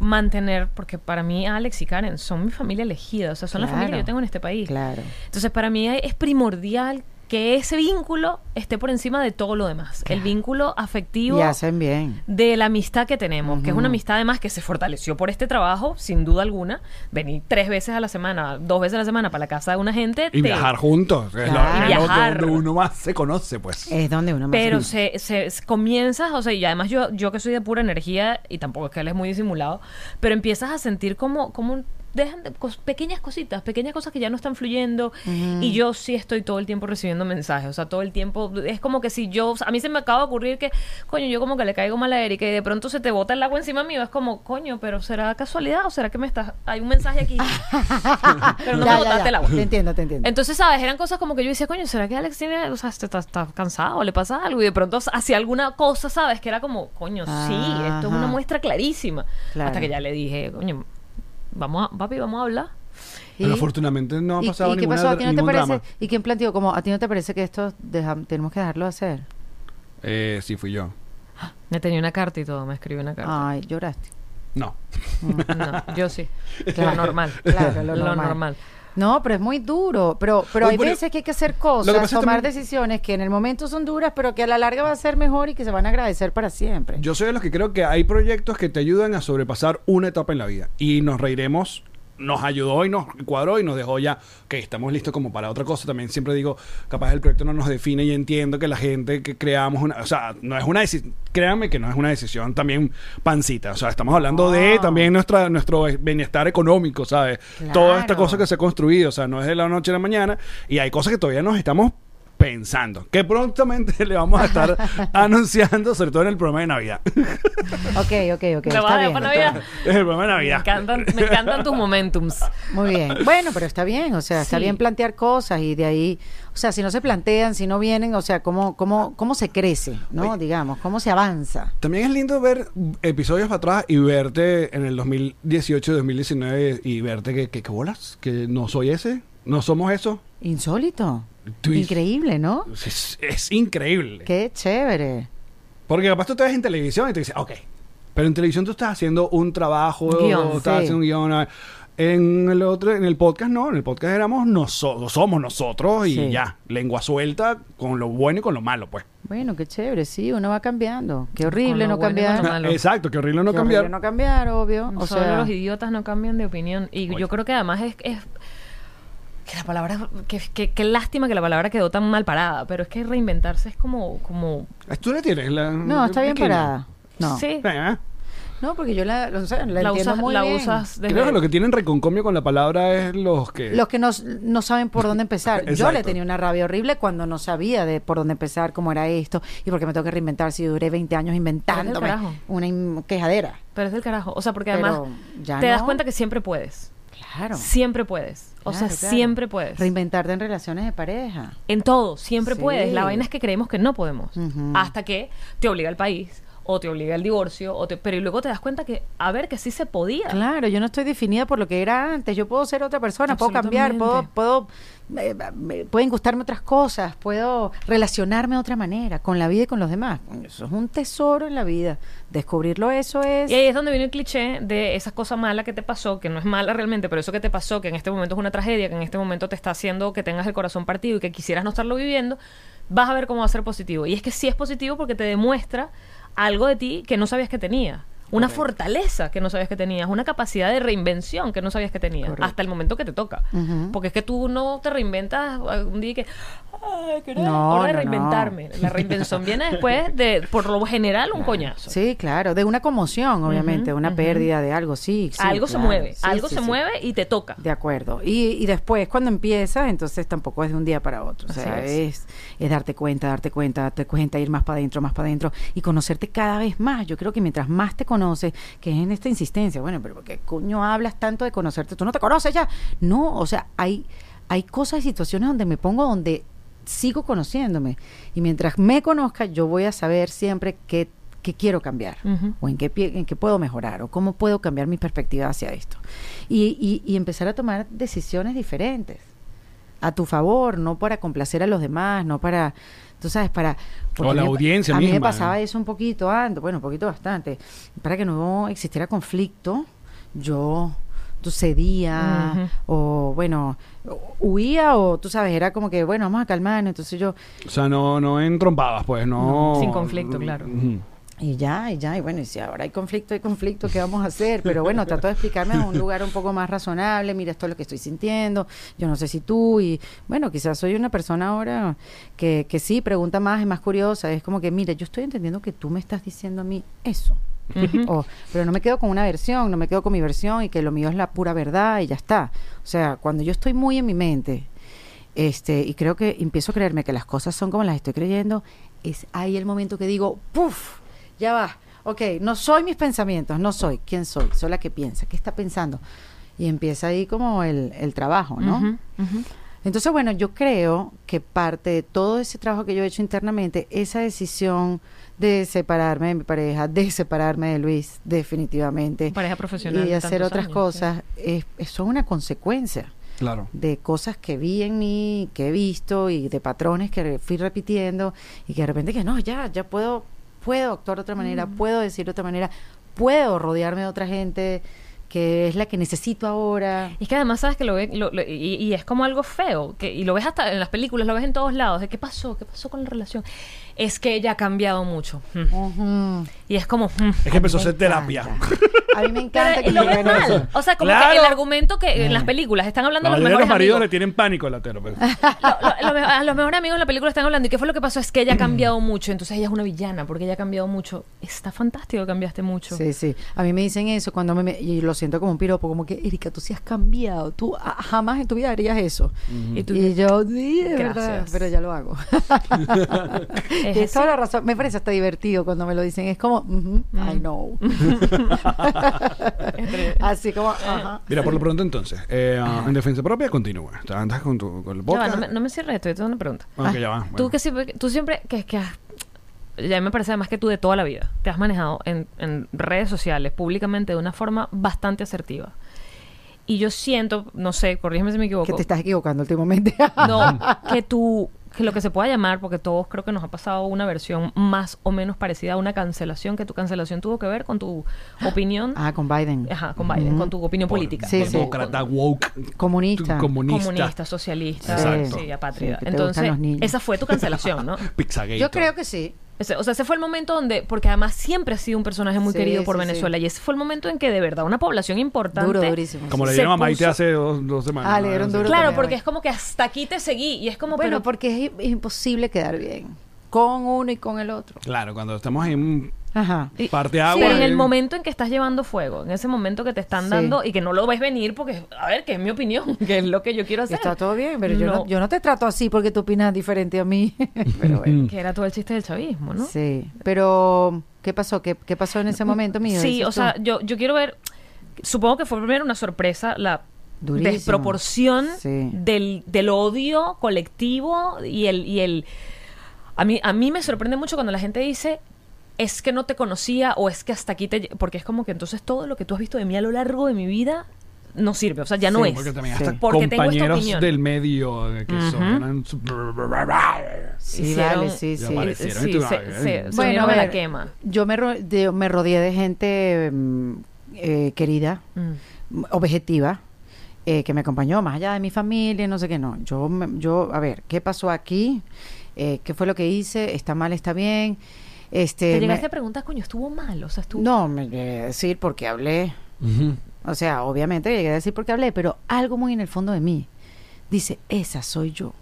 [SPEAKER 2] mantener. Porque para mí, Alex y Karen son mi familia elegida. O sea, son la familia
[SPEAKER 4] Claro.
[SPEAKER 2] que yo tengo en este país.
[SPEAKER 4] Claro.
[SPEAKER 2] Entonces, para mí es primordial que ese vínculo esté por encima de todo lo demás. El vínculo afectivo
[SPEAKER 4] Y hacen bien.
[SPEAKER 2] de la amistad que tenemos, que es
[SPEAKER 4] Ujú.
[SPEAKER 2] una amistad además que se fortaleció por este trabajo, sin duda alguna. Venir tres veces a la semana, dos veces a la semana para la casa de una gente. te-
[SPEAKER 3] Y viajar juntos. Es
[SPEAKER 4] Claro.
[SPEAKER 3] lo- es lo
[SPEAKER 2] este Viajar.
[SPEAKER 3] donde uno más se conoce, pues.
[SPEAKER 4] Es donde uno más
[SPEAKER 2] Pero
[SPEAKER 4] brilla.
[SPEAKER 2] se, se, se- comienzas, o sea, y además yo, yo que soy de pura energía, y tampoco es que él es muy disimulado, pero empiezas a sentir como, como dejan de- cos- pequeñas cositas, pequeñas cosas que ya no están fluyendo, y yo sí estoy todo el tiempo recibiendo mensajes, o sea, todo el tiempo, es como que si yo, o sea, a mí se me acaba de ocurrir que, coño, yo como que le caigo mal a Erika, y de pronto se te bota el agua encima mío, es como, coño, pero ¿será casualidad o será que me estás, hay un mensaje aquí? pero no me
[SPEAKER 4] Ya, ya,
[SPEAKER 2] botaste
[SPEAKER 4] ya.
[SPEAKER 2] el agua.
[SPEAKER 4] Te entiendo, te entiendo.
[SPEAKER 2] Entonces, ¿sabes? Eran cosas como que yo decía, coño, ¿será que Alex tiene, o sea, este está, está cansado, le pasa algo? Y de pronto hacía alguna cosa, ¿sabes? Que era como, coño, sí, esto es
[SPEAKER 4] Ajá.
[SPEAKER 2] una muestra clarísima.
[SPEAKER 4] Claro.
[SPEAKER 2] Hasta que ya le dije, coño, vamos a, papi, vamos a hablar.
[SPEAKER 3] Pero
[SPEAKER 4] Y-
[SPEAKER 3] afortunadamente no ha
[SPEAKER 4] ¿Y-
[SPEAKER 3] pasado
[SPEAKER 4] ¿Y, qué
[SPEAKER 3] ninguna,
[SPEAKER 4] pasó? ¿A ti no te
[SPEAKER 3] ningún
[SPEAKER 4] parece?
[SPEAKER 3] drama.
[SPEAKER 4] ¿Y quién planteó? Como, ¿a ti no te parece que esto deja- tenemos que dejarlo de hacer?
[SPEAKER 3] Eh, sí, fui yo.
[SPEAKER 2] Me tenía una carta y todo, me escribió una carta.
[SPEAKER 4] Ay, lloraste.
[SPEAKER 3] No.
[SPEAKER 2] No, yo sí.
[SPEAKER 4] Claro.
[SPEAKER 2] Lo normal.
[SPEAKER 4] Claro, lo
[SPEAKER 2] Lo
[SPEAKER 4] normal.
[SPEAKER 2] normal.
[SPEAKER 4] No, pero es muy duro. Pero, pero
[SPEAKER 3] Oye,
[SPEAKER 4] hay
[SPEAKER 3] pero-
[SPEAKER 4] veces que hay que hacer
[SPEAKER 3] e- Lo
[SPEAKER 4] cosas,
[SPEAKER 3] que pasa es
[SPEAKER 4] tomar
[SPEAKER 3] también-
[SPEAKER 4] decisiones que en el momento son duras, pero que a la larga va a ser mejor y que se van a agradecer para siempre.
[SPEAKER 3] Yo soy de los que creo que hay proyectos que te ayudan a sobrepasar una etapa en la vida. Y nos reiremos, nos ayudó y nos cuadró y nos dejó ya que estamos listos como para otra cosa. También siempre digo, capaz el proyecto no nos define y entiendo que la gente que creamos una... O sea, no es una decisión... Créanme que no es una decisión también pancita. O sea, estamos hablando de
[SPEAKER 4] No.
[SPEAKER 3] también nuestra, nuestro bienestar económico, ¿sabes? Toda esta
[SPEAKER 4] Claro.
[SPEAKER 3] cosa que se ha construido. O sea, no es de la noche a la mañana. Y hay cosas que todavía nos estamos pensando. Que prontamente le vamos a estar anunciando, sobre todo en el programa de Navidad.
[SPEAKER 4] Ok, ok, ok.
[SPEAKER 2] ¿Lo vas
[SPEAKER 4] Está
[SPEAKER 2] a dejar para
[SPEAKER 4] bien, está
[SPEAKER 2] Navidad?
[SPEAKER 4] bien.
[SPEAKER 3] Es el programa de
[SPEAKER 2] Me
[SPEAKER 3] Navidad.
[SPEAKER 2] encantan, me encantan tus momentums.
[SPEAKER 4] Muy bien. Bueno, pero está bien, o sea, está
[SPEAKER 2] Sí.
[SPEAKER 4] bien plantear cosas y de ahí, o sea, si no se plantean, si no vienen, o sea, cómo, cómo, cómo se crece, ¿no? Digamos, cómo se avanza.
[SPEAKER 3] También es lindo ver episodios para atrás y verte en el 2018, 2019 y verte que, que, que bolas, que no soy ese, no somos eso.
[SPEAKER 4] Insólito.
[SPEAKER 3] Tú y-
[SPEAKER 4] Increíble, ¿no?
[SPEAKER 3] Es, es increíble.
[SPEAKER 4] Qué chévere.
[SPEAKER 3] Porque capaz tú te ves en televisión y te dices, ok. Pero en televisión tú estás haciendo un trabajo,
[SPEAKER 2] Guión,
[SPEAKER 3] estás
[SPEAKER 4] sí.
[SPEAKER 3] haciendo un guión. ah, En el otro, en el podcast no, en el podcast éramos nosotros, somos nosotros y
[SPEAKER 4] Sí.
[SPEAKER 3] ya, lengua suelta con lo bueno y con lo malo, pues.
[SPEAKER 4] Bueno, qué chévere, sí, uno va cambiando. Qué horrible
[SPEAKER 2] lo
[SPEAKER 4] no
[SPEAKER 2] bueno y con lo
[SPEAKER 4] cambiar.
[SPEAKER 2] malo. Claro.
[SPEAKER 3] Exacto, que horrible no
[SPEAKER 4] Qué
[SPEAKER 3] cambiar.
[SPEAKER 4] horrible no cambiar, obvio. O
[SPEAKER 2] Solo
[SPEAKER 4] sea,
[SPEAKER 2] los idiotas no cambian de opinión. Y
[SPEAKER 3] Oye.
[SPEAKER 2] yo creo que además es, es- que la palabra, que, que- qué lástima que la palabra quedó tan mal parada, pero es que reinventarse es como, como
[SPEAKER 3] Tú le tienes la.
[SPEAKER 4] no, está bien
[SPEAKER 3] pequeña.
[SPEAKER 4] parada. No,
[SPEAKER 2] sí,
[SPEAKER 3] Eh,
[SPEAKER 4] no, porque yo la, o sea, la
[SPEAKER 2] la
[SPEAKER 4] entiendo
[SPEAKER 2] usas,
[SPEAKER 4] muy
[SPEAKER 2] la
[SPEAKER 4] bien.
[SPEAKER 2] usas desde-
[SPEAKER 3] Creo que lo que tienen reconcomio con la palabra es los que.
[SPEAKER 4] Los que no, no saben por dónde empezar. Yo
[SPEAKER 3] Exacto.
[SPEAKER 4] le tenía una rabia horrible cuando no sabía de por dónde empezar, cómo era esto, y porque me tengo que reinventar si duré 20 años inventándome
[SPEAKER 2] carajo.
[SPEAKER 4] una in- quejadera.
[SPEAKER 2] pero es del carajo. O sea, porque
[SPEAKER 4] Pero
[SPEAKER 2] además
[SPEAKER 4] ya
[SPEAKER 2] te das
[SPEAKER 4] no.
[SPEAKER 2] cuenta que siempre puedes.
[SPEAKER 4] Claro.
[SPEAKER 2] Siempre puedes. O sea,
[SPEAKER 4] claro, claro.
[SPEAKER 2] siempre puedes.
[SPEAKER 4] Reinventarte en relaciones de pareja.
[SPEAKER 2] En todo, siempre
[SPEAKER 4] Sí.
[SPEAKER 2] puedes. La vaina es que creemos que no podemos.
[SPEAKER 4] Ujú.
[SPEAKER 2] Hasta que te obliga el país, o te obliga el divorcio, o te, pero y luego te das cuenta que, a ver, que sí se podía.
[SPEAKER 4] Claro, yo no estoy definida por lo que era antes. Yo puedo ser otra persona, puedo cambiar, puedo,
[SPEAKER 2] Absolutamente.
[SPEAKER 4] puedo eh, me- pueden gustarme otras cosas, puedo relacionarme de otra manera con la vida y con los demás. Coño, Eso es un tesoro en la vida. Descubrirlo, eso es.
[SPEAKER 2] Y ahí es donde viene el cliché de esas cosas malas que te pasó, que no es mala realmente, pero eso que te pasó, que en este momento es una tragedia, que en este momento te está haciendo que tengas el corazón partido y que quisieras no estarlo viviendo, vas a ver cómo va a ser positivo. Y es que sí es positivo porque te demuestra algo de ti que no sabías que tenía. Una fortaleza que no sabías que tenías, una capacidad de reinvención que no sabías que tenías,
[SPEAKER 4] Correcto.
[SPEAKER 2] hasta el momento que te toca.
[SPEAKER 4] Ujú.
[SPEAKER 2] Porque es que tú no te reinventas un día y que, ay, qué
[SPEAKER 4] No,
[SPEAKER 2] hora de
[SPEAKER 4] no, no.
[SPEAKER 2] reinventarme. La reinvención viene después de, por lo general, un coñazo.
[SPEAKER 4] Sí, claro, de una conmoción, obviamente, de una pérdida de algo, sí. sí,
[SPEAKER 2] algo se
[SPEAKER 4] claro.
[SPEAKER 2] mueve,
[SPEAKER 4] Sí,
[SPEAKER 2] algo
[SPEAKER 4] sí,
[SPEAKER 2] se
[SPEAKER 4] sí.
[SPEAKER 2] mueve y te toca.
[SPEAKER 4] De acuerdo. Y, y después, cuando empiezas, entonces tampoco es de un día para otro. O sea,
[SPEAKER 2] Así
[SPEAKER 4] es. Es, darte cuenta, darte cuenta, darte cuenta, ir más para adentro, más para adentro y conocerte cada vez más. Yo creo que mientras más te conoces, que es en esta insistencia, bueno, pero ¿por qué coño hablas tanto de conocerte? ¿Tú no te conoces ya? No, o sea, hay, hay cosas y situaciones donde me pongo donde sigo conociéndome. Y mientras me conozca, yo voy a saber siempre qué, qué quiero cambiar
[SPEAKER 2] Ujú.
[SPEAKER 4] o en qué, pie- en qué puedo mejorar o cómo puedo cambiar mi perspectiva hacia esto. Y, y- y empezar a tomar decisiones diferentes a tu favor, no para complacer a los demás, no para, tú sabes, para... porque
[SPEAKER 3] O la
[SPEAKER 4] a mí me-
[SPEAKER 3] audiencia
[SPEAKER 4] A mí me
[SPEAKER 3] misma,
[SPEAKER 4] pasaba
[SPEAKER 3] ¿eh?
[SPEAKER 4] eso un poquito antes, bueno, un poquito bastante. Para que no existiera conflicto, yo tú cedía
[SPEAKER 2] Ujú.
[SPEAKER 4] o, bueno, huía o, tú sabes, era como que, bueno, vamos a calmarnos. Entonces yo,
[SPEAKER 3] O sea, no, no entrompadas, pues, no.
[SPEAKER 2] Sin conflicto, claro.
[SPEAKER 3] Ujú.
[SPEAKER 4] Y ya, y ya, y bueno, y si ahora hay conflicto, hay conflicto, ¿qué vamos a hacer? Pero bueno, trato de explicarme a un lugar un poco más razonable, mira, esto es lo que estoy sintiendo, yo no sé si tú, y bueno, quizás soy una persona ahora que, que sí, pregunta más, es más curiosa, es como que, mira, yo estoy entendiendo que tú me estás diciendo a mí eso.
[SPEAKER 2] Ujú.
[SPEAKER 4] O, pero no me quedo con una versión, no me quedo con mi versión y que lo mío es la pura verdad y ya está. O sea, cuando yo estoy muy en mi mente, este, y creo que empiezo a creerme que las cosas son como las estoy creyendo, es ahí el momento que digo, ¡puf! Ya va. Ok, no soy mis pensamientos, no soy. ¿Quién soy? Soy la que piensa. ¿Qué está pensando? Y empieza ahí como el, el trabajo, ¿no?
[SPEAKER 2] Ujú, ujú.
[SPEAKER 4] Entonces, bueno, yo creo que parte de todo ese trabajo que yo he hecho internamente, esa decisión de separarme de mi pareja, de separarme de Luis, definitivamente,
[SPEAKER 2] Pareja profesional
[SPEAKER 4] y
[SPEAKER 2] de
[SPEAKER 4] hacer
[SPEAKER 2] tantos
[SPEAKER 4] otras
[SPEAKER 2] años,
[SPEAKER 4] cosas, es, es- son una consecuencia
[SPEAKER 3] Claro.
[SPEAKER 4] de cosas que vi en mí, que he visto y de patrones que fui repitiendo y que de repente que no, ya, ya puedo, puedo actuar de otra manera, puedo decir de otra manera, puedo rodearme de otra gente que es la que necesito ahora.
[SPEAKER 2] Es que además sabes que lo ve lo- lo- y, y es como algo feo, que, y lo ves hasta en las películas, lo ves en todos lados, de qué pasó, qué pasó con la relación. Es que ella ha cambiado mucho. Mm.
[SPEAKER 4] Ujú.
[SPEAKER 2] Y es como... mm.
[SPEAKER 3] Es que empezó a hacer
[SPEAKER 4] Me
[SPEAKER 3] terapia.
[SPEAKER 4] encanta. A mí me encanta
[SPEAKER 2] Pero
[SPEAKER 4] que
[SPEAKER 2] lo
[SPEAKER 4] me
[SPEAKER 2] ves
[SPEAKER 4] digan eso. Mm.
[SPEAKER 2] mal. O sea, como
[SPEAKER 3] Claro.
[SPEAKER 2] que el argumento que en las películas están hablando
[SPEAKER 3] La
[SPEAKER 2] de los
[SPEAKER 3] mayoría de
[SPEAKER 2] mejores
[SPEAKER 3] los maridos le
[SPEAKER 2] amigos.
[SPEAKER 3] tienen pánico pues. a la terapia.
[SPEAKER 2] Lo- lo- lo me- a los mejores amigos en la película están hablando. ¿Y qué fue lo que pasó? Es que ella ha cambiado mucho. Entonces ella es una villana porque ella ha cambiado mucho. Está fantástico que cambiaste mucho.
[SPEAKER 4] Sí, sí. A mí me dicen eso cuando me, me- y lo siento como un piropo, como que Erika, tú sí has cambiado, tú ah, jamás en tu vida harías eso.
[SPEAKER 2] Y tú-
[SPEAKER 4] Y yo, sí, es
[SPEAKER 2] Gracias.
[SPEAKER 4] verdad, pero ya lo hago.
[SPEAKER 2] Es
[SPEAKER 4] Tienes toda la razón. Me parece hasta divertido cuando me lo dicen. Es como, ujú,
[SPEAKER 2] Mm.
[SPEAKER 4] I know. Así como, ajá.
[SPEAKER 3] Mira, por lo pronto entonces, eh, ah, en defensa propia, continúa. Te andas con, tu, con el
[SPEAKER 2] Ya va,
[SPEAKER 3] podcast.
[SPEAKER 2] no, me, no me cierres esto, yo tengo una pregunta.
[SPEAKER 4] Ah,
[SPEAKER 3] Ok, ya va. bueno.
[SPEAKER 2] Tú que siempre, tú siempre que, que has- ya me parece además que tú de toda la vida te has manejado en, en redes sociales públicamente de una forma bastante asertiva. Y yo siento, no sé, corrígeme si me equivoco.
[SPEAKER 4] Que te estás equivocando últimamente.
[SPEAKER 2] No, que tú, que lo que se pueda llamar, porque todos creo que nos ha pasado una versión más o menos parecida a una cancelación, que tu cancelación tuvo que ver con tu opinión,
[SPEAKER 4] Ah, con Biden.
[SPEAKER 2] ajá, con Biden,
[SPEAKER 4] Ujú.
[SPEAKER 2] con tu opinión
[SPEAKER 3] Por-
[SPEAKER 2] política.
[SPEAKER 4] Sí,
[SPEAKER 2] con tu-
[SPEAKER 3] Demócrata, woke.
[SPEAKER 4] Comunista.
[SPEAKER 3] Comunista.
[SPEAKER 2] comunista, socialista,
[SPEAKER 3] Exacto.
[SPEAKER 2] sí, apátrida.
[SPEAKER 4] Sí, que te gustan
[SPEAKER 2] Entonces,
[SPEAKER 4] los niños.
[SPEAKER 2] esa fue tu cancelación, ¿no?
[SPEAKER 3] Pizzagate.
[SPEAKER 4] Yo creo que sí.
[SPEAKER 2] Ese- O sea, ese fue el momento donde, porque además siempre ha sido un personaje muy
[SPEAKER 4] Sí,
[SPEAKER 2] querido por
[SPEAKER 4] sí,
[SPEAKER 2] Venezuela,
[SPEAKER 4] sí.
[SPEAKER 2] y ese fue el momento en que de verdad una población importante.
[SPEAKER 4] Duro, durísimo.
[SPEAKER 3] Como le
[SPEAKER 2] se
[SPEAKER 3] dieron a Maite
[SPEAKER 2] puso-
[SPEAKER 3] hace dos, dos semanas.
[SPEAKER 4] Ah, le dieron
[SPEAKER 3] ¿no?
[SPEAKER 4] duro.
[SPEAKER 2] Claro,
[SPEAKER 4] también,
[SPEAKER 2] porque
[SPEAKER 4] bueno.
[SPEAKER 2] es como que hasta aquí te seguí, y es como,
[SPEAKER 4] bueno,
[SPEAKER 2] pero.
[SPEAKER 4] porque es, es imposible quedar bien con uno y con el otro.
[SPEAKER 3] Claro, cuando estamos en un
[SPEAKER 4] Ajá.
[SPEAKER 2] y-
[SPEAKER 3] parte agua.
[SPEAKER 2] pero en
[SPEAKER 3] eh,
[SPEAKER 2] el momento en que estás llevando fuego, en ese momento que te están
[SPEAKER 4] Sí.
[SPEAKER 2] dando y que no lo ves venir, porque, a ver, que es mi opinión, que es lo que yo quiero hacer.
[SPEAKER 4] Está todo bien, pero yo no, yo no te trato así porque tú opinas diferente a mí. pero bueno.
[SPEAKER 2] Que era todo el chiste del chavismo, ¿no?
[SPEAKER 4] Sí, pero ¿qué pasó? ¿Qué, qué pasó en ese momento mío?
[SPEAKER 2] Sí,
[SPEAKER 4] dices
[SPEAKER 2] o sea,
[SPEAKER 4] tú?
[SPEAKER 2] yo, yo quiero ver. Supongo que fue primero una sorpresa la
[SPEAKER 4] Durísimo.
[SPEAKER 2] desproporción
[SPEAKER 4] Sí.
[SPEAKER 2] del, del odio colectivo y el, y el a mí, a mí me sorprende mucho cuando la gente dice es que no te conocía o es que hasta aquí te lle-", porque es como que entonces todo lo que tú has visto de mí a lo largo de mi vida no sirve, o sea, ya no
[SPEAKER 3] Sí,
[SPEAKER 2] es.
[SPEAKER 3] Porque también
[SPEAKER 4] Sí.
[SPEAKER 3] hasta
[SPEAKER 2] Porque tengo esta
[SPEAKER 3] compañeros
[SPEAKER 2] opinión.
[SPEAKER 3] del medio eh, que
[SPEAKER 2] Ujú.
[SPEAKER 3] son. eran su-
[SPEAKER 4] Sí,
[SPEAKER 2] Hicieron-
[SPEAKER 4] vale, sí,
[SPEAKER 3] Ya
[SPEAKER 4] sí.
[SPEAKER 3] vale.
[SPEAKER 2] Sí,
[SPEAKER 3] Aparecieron y
[SPEAKER 2] se,
[SPEAKER 3] tú,
[SPEAKER 2] se,
[SPEAKER 3] ah, eh.
[SPEAKER 2] se unieron a
[SPEAKER 4] a
[SPEAKER 2] la
[SPEAKER 4] ver,
[SPEAKER 2] quema.
[SPEAKER 4] Yo me, ro- de- me rodeé de gente mm, eh, querida,
[SPEAKER 2] Mm.
[SPEAKER 4] m- objetiva, eh, que me acompañó más allá de mi familia, no sé qué, no. Yo, me- yo a ver, ¿qué pasó aquí? Eh, ¿Qué fue lo que hice? ¿Está mal? ¿Está bien? Este,
[SPEAKER 2] Te
[SPEAKER 4] me-
[SPEAKER 2] llegaste a preguntar, coño, estuvo mal, o sea, estuvo
[SPEAKER 4] no, me llegué a decir porque hablé.
[SPEAKER 3] Ujú.
[SPEAKER 4] O sea, obviamente llegué a decir porque hablé, pero algo muy en el fondo de mí dice, esa soy yo.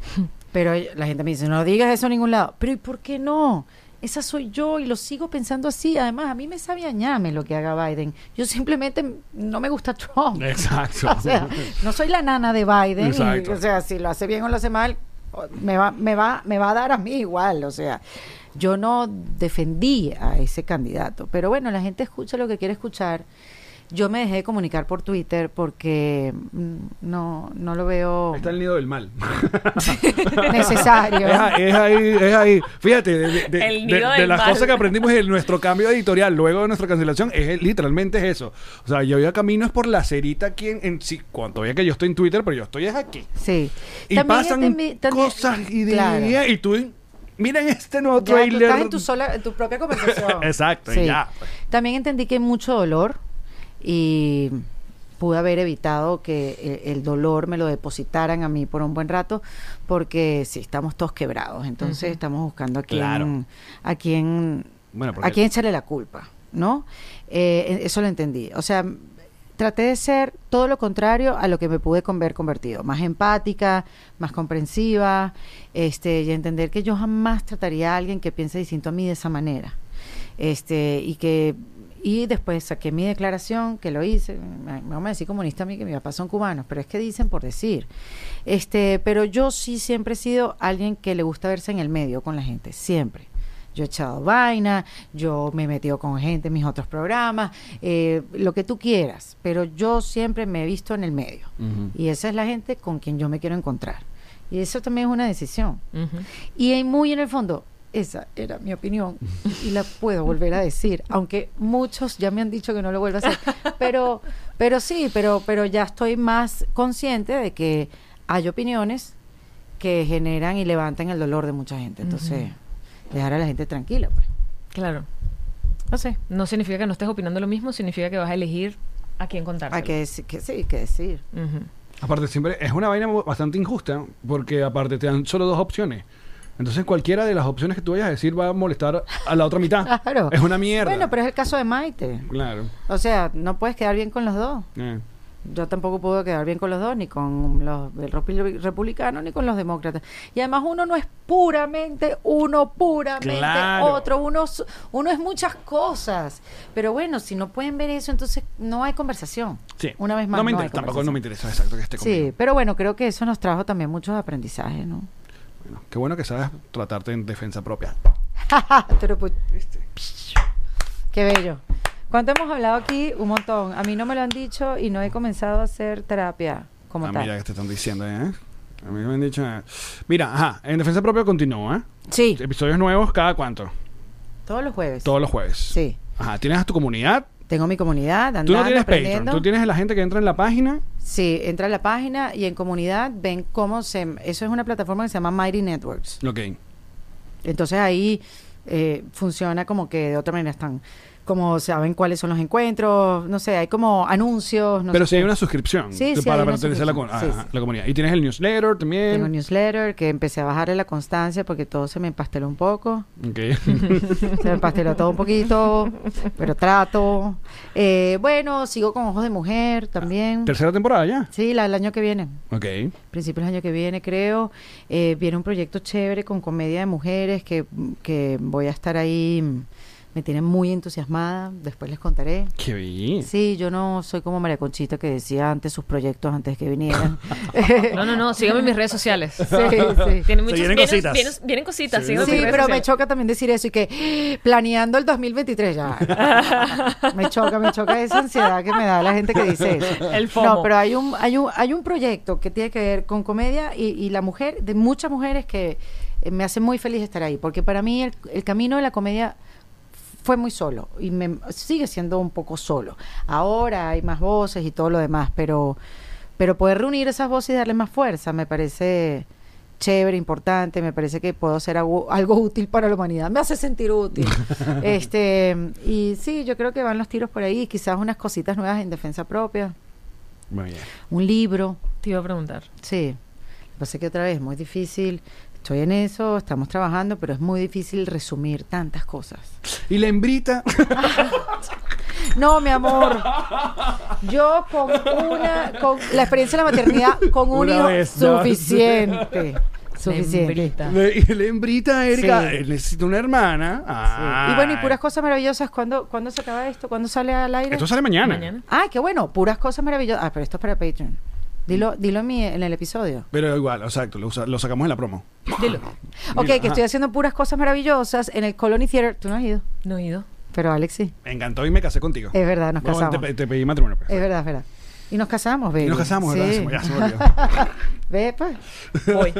[SPEAKER 4] Pero la gente me dice, no digas eso en ningún lado. Pero ¿y por qué no? Esa soy yo y lo sigo pensando así. Además, a mí me sabía ñame lo que haga Biden. Yo simplemente no me gusta Trump.
[SPEAKER 3] Eh, Exacto.
[SPEAKER 4] O sea, no soy la nana de Biden. y,
[SPEAKER 3] Exacto.
[SPEAKER 4] o sea, si lo hace bien o lo hace mal, o- me va, me va, me va a dar a mí igual. O sea, yo no defendí a ese candidato. Pero bueno, la gente escucha lo que quiere escuchar. Yo me dejé de comunicar por Twitter porque mm, no, no lo veo
[SPEAKER 3] Ahí Está el nido del mal.
[SPEAKER 4] necesario.
[SPEAKER 3] Es, a- es ahí, es ahí. Fíjate, de, de- de-
[SPEAKER 2] El nido
[SPEAKER 3] de-
[SPEAKER 2] del
[SPEAKER 3] de las
[SPEAKER 2] mal.
[SPEAKER 3] cosas que aprendimos en nuestro cambio editorial, luego de nuestra cancelación, es literalmente es eso. O sea, yo iba camino es por la cerita aquí en, en sí, cuando todavía que yo estoy en Twitter, pero yo estoy es aquí.
[SPEAKER 4] Sí.
[SPEAKER 3] Y
[SPEAKER 4] También
[SPEAKER 3] pasan
[SPEAKER 4] este mi- también-
[SPEAKER 3] cosas y de
[SPEAKER 4] Claro.
[SPEAKER 3] y tú miren este nuevo
[SPEAKER 4] Ya, tú
[SPEAKER 3] trailer.
[SPEAKER 4] estás en tu, sola- en tu propia conversación.
[SPEAKER 3] Exacto, y ya, pues.
[SPEAKER 4] También entendí que hay mucho dolor y pude haber evitado que eh, el dolor me lo depositaran a mí por un buen rato, porque sí, estamos todos quebrados. Entonces estamos buscando a quién,
[SPEAKER 3] Claro.
[SPEAKER 4] a quién,
[SPEAKER 3] Bueno, porque-
[SPEAKER 4] a quién echarle la culpa, ¿no? Eh, eso lo entendí. O sea, traté de ser todo lo contrario a lo que me pude con- ver convertido, más empática, más comprensiva, este, y entender que yo jamás trataría a alguien que piense distinto a mí de esa manera. Este, y que y después saqué mi declaración, que lo hice, me me van a decir comunista a mí que mis papás son cubanos, pero es que dicen por decir. Este, pero yo sí siempre he sido alguien que le gusta verse en el medio con la gente, siempre. Yo he echado vaina, yo me he metido con gente en mis otros programas, eh, lo que tú quieras, pero yo siempre me he visto en el medio.
[SPEAKER 3] Ujú.
[SPEAKER 4] Y esa es la gente con quien yo me quiero encontrar. Y eso también es una decisión.
[SPEAKER 2] Ujú.
[SPEAKER 4] Y en- muy en el fondo, esa era mi opinión y la puedo volver a decir, aunque muchos ya me han dicho que no lo vuelva a hacer. Pero, pero sí, pero, pero ya estoy más consciente de que hay opiniones que generan y levantan el dolor de mucha gente. Entonces, dejar a la gente tranquila, pues.
[SPEAKER 2] Claro.
[SPEAKER 4] No sé.
[SPEAKER 2] No significa que no estés opinando lo mismo, significa que vas a elegir a quién contar.
[SPEAKER 4] Hay que decir, que sí, que decir.
[SPEAKER 3] Aparte, siempre es una vaina mu- bastante injusta, porque aparte te dan solo dos opciones. Entonces, cualquiera de las opciones que tú vayas a decir va a molestar a la otra mitad.
[SPEAKER 4] Claro.
[SPEAKER 3] Ah. Es una mierda.
[SPEAKER 4] Bueno, pero es el caso de Maite.
[SPEAKER 3] Claro.
[SPEAKER 4] O sea, no puedes quedar bien con los dos.
[SPEAKER 3] Eh.
[SPEAKER 4] Yo tampoco puedo quedar bien con los dos, ni con los del repu- republicanos, ni con los demócratas. Y además uno no es puramente uno, puramente
[SPEAKER 3] Claro.
[SPEAKER 4] otro, uno, es- uno es muchas cosas. Pero bueno, si no pueden ver eso, entonces no hay conversación.
[SPEAKER 3] Sí.
[SPEAKER 4] Una vez más.
[SPEAKER 3] No me
[SPEAKER 4] hay
[SPEAKER 3] interesa, tampoco
[SPEAKER 4] conversación.
[SPEAKER 3] no me interesa exacto que esté conmigo.
[SPEAKER 4] Sí, pero bueno, creo que eso nos trajo también muchos aprendizajes, ¿no?
[SPEAKER 3] Bueno, qué bueno que sabes tratarte en defensa propia.
[SPEAKER 4] Pero pues- Qué bello. ¿Cuánto hemos hablado aquí? Un montón. A mí no me lo han dicho y no he comenzado a hacer terapia como
[SPEAKER 3] ah,
[SPEAKER 4] tal.
[SPEAKER 3] mira que te están diciendo, ¿eh? A mí me han dicho. eh. Mira, ajá, en defensa propia continúa. ¿eh?
[SPEAKER 4] Sí,
[SPEAKER 3] Episodios nuevos cada cuánto?
[SPEAKER 4] todos los jueves.
[SPEAKER 3] Todos los jueves.
[SPEAKER 4] Sí.
[SPEAKER 3] Ajá, tienes a tu comunidad.
[SPEAKER 4] Tengo mi comunidad, andando,
[SPEAKER 3] Tú no tienes Patreon,
[SPEAKER 4] aprendiendo.
[SPEAKER 3] tú tienes la gente que entra en la página.
[SPEAKER 4] Sí, entra a la página y en comunidad ven cómo se... Eso es una plataforma que se llama Mighty Networks.
[SPEAKER 3] Ok.
[SPEAKER 4] Entonces ahí eh, funciona como que de otra manera están... Como saben cuáles son los encuentros, no sé, hay como anuncios. No
[SPEAKER 3] Pero
[SPEAKER 4] sé
[SPEAKER 3] si hay
[SPEAKER 4] qué.
[SPEAKER 3] una suscripción
[SPEAKER 4] Sí,
[SPEAKER 3] que-
[SPEAKER 4] sí,
[SPEAKER 3] para
[SPEAKER 4] hay una
[SPEAKER 3] pertenecer a la,
[SPEAKER 4] suscripción.
[SPEAKER 3] com-
[SPEAKER 4] Sí,
[SPEAKER 3] ajá,
[SPEAKER 4] sí.
[SPEAKER 3] la comunidad. Y tienes el newsletter
[SPEAKER 4] Tengo
[SPEAKER 3] también.
[SPEAKER 4] un newsletter que empecé a bajarle la constancia porque todo se me empasteló un poco.
[SPEAKER 3] Ok.
[SPEAKER 4] Se me empasteló todo un poquito, pero trato. Eh, bueno, sigo con Ojos de Mujer también.
[SPEAKER 3] Tercera temporada ya.
[SPEAKER 4] Sí, la del año que viene.
[SPEAKER 3] Ok.
[SPEAKER 4] principios del año que viene, creo. Eh, viene un proyecto chévere con comedia de mujeres que, que voy a estar ahí mm, me tienen muy entusiasmada, después les contaré.
[SPEAKER 3] Qué bien.
[SPEAKER 4] Sí, yo no soy como María Conchita que decía antes sus proyectos antes que vinieran.
[SPEAKER 2] No, no, no, síganme en mis redes sociales.
[SPEAKER 4] sí, sí.
[SPEAKER 2] Tienen muchas,
[SPEAKER 1] vienen cositas.
[SPEAKER 2] Vienen, vienen cositas, síganme en
[SPEAKER 4] Sí,
[SPEAKER 2] mis redes
[SPEAKER 4] pero me
[SPEAKER 2] sociales.
[SPEAKER 4] choca también decir eso y que "Eh, planeando el 2023 ya. Me choca, me choca esa ansiedad que me da la gente que dice eso.
[SPEAKER 2] El FOMO.
[SPEAKER 4] No, pero hay un, hay un, hay un proyecto que tiene que ver con comedia y, y la mujer, de muchas mujeres que eh, me hace muy feliz estar ahí, porque para mí el, el camino de la comedia fue muy solo y me sigue siendo un poco solo. Ahora hay más voces y todo lo demás, pero pero poder reunir esas voces y darle más fuerza me parece chévere, importante, me parece que puedo hacer algo, algo útil para la humanidad, me hace sentir útil. este y sí, yo creo que van los tiros por ahí, quizás unas cositas nuevas en defensa propia,
[SPEAKER 3] Muy bien.
[SPEAKER 4] un libro,
[SPEAKER 2] Te iba a preguntar.
[SPEAKER 4] sí. Lo que pasa es que otra vez es muy difícil. Estoy en eso, estamos trabajando, pero es muy difícil resumir tantas cosas.
[SPEAKER 3] Y la hembrita.
[SPEAKER 4] No, mi amor. Yo con una, con la experiencia de la maternidad, con un
[SPEAKER 3] Una
[SPEAKER 4] hijo
[SPEAKER 3] vez, ya.
[SPEAKER 4] suficiente. Suficiente.
[SPEAKER 2] Membrita.
[SPEAKER 3] y la hembrita, Erika.
[SPEAKER 4] Sí.
[SPEAKER 3] eh, Necesito una hermana. Ah.
[SPEAKER 4] Y bueno, y
[SPEAKER 3] Ay.
[SPEAKER 4] puras cosas maravillosas. ¿Cuándo, ¿Cuándo se acaba esto? ¿Cuándo sale al aire?
[SPEAKER 3] Esto sale mañana.
[SPEAKER 2] Mañana.
[SPEAKER 4] Ah, qué bueno. Puras cosas maravillosas. Ah, pero esto es para Patreon. Dilo, dilo en, mi- en el episodio.
[SPEAKER 3] Pero igual, exacto, lo, usa- lo sacamos en la promo.
[SPEAKER 2] Dilo.
[SPEAKER 4] Ok,
[SPEAKER 3] Dilo,
[SPEAKER 4] que
[SPEAKER 3] ajá.
[SPEAKER 4] estoy haciendo puras cosas maravillosas en el Colony Theater. Tú no has ido,
[SPEAKER 2] No he ido.
[SPEAKER 4] pero Alex sí.
[SPEAKER 3] Me encantó y me casé contigo.
[SPEAKER 4] Es verdad, nos
[SPEAKER 3] Bueno,
[SPEAKER 4] casamos.
[SPEAKER 3] te, pe- te pedí matrimonio. pues.
[SPEAKER 4] Es verdad, es verdad. Y nos casamos,
[SPEAKER 3] Y
[SPEAKER 4] baby.
[SPEAKER 3] nos casamos, ¿verdad?
[SPEAKER 4] Sí.
[SPEAKER 3] Se me- ya se me olvidó.
[SPEAKER 4] Ve, pues,
[SPEAKER 2] Voy.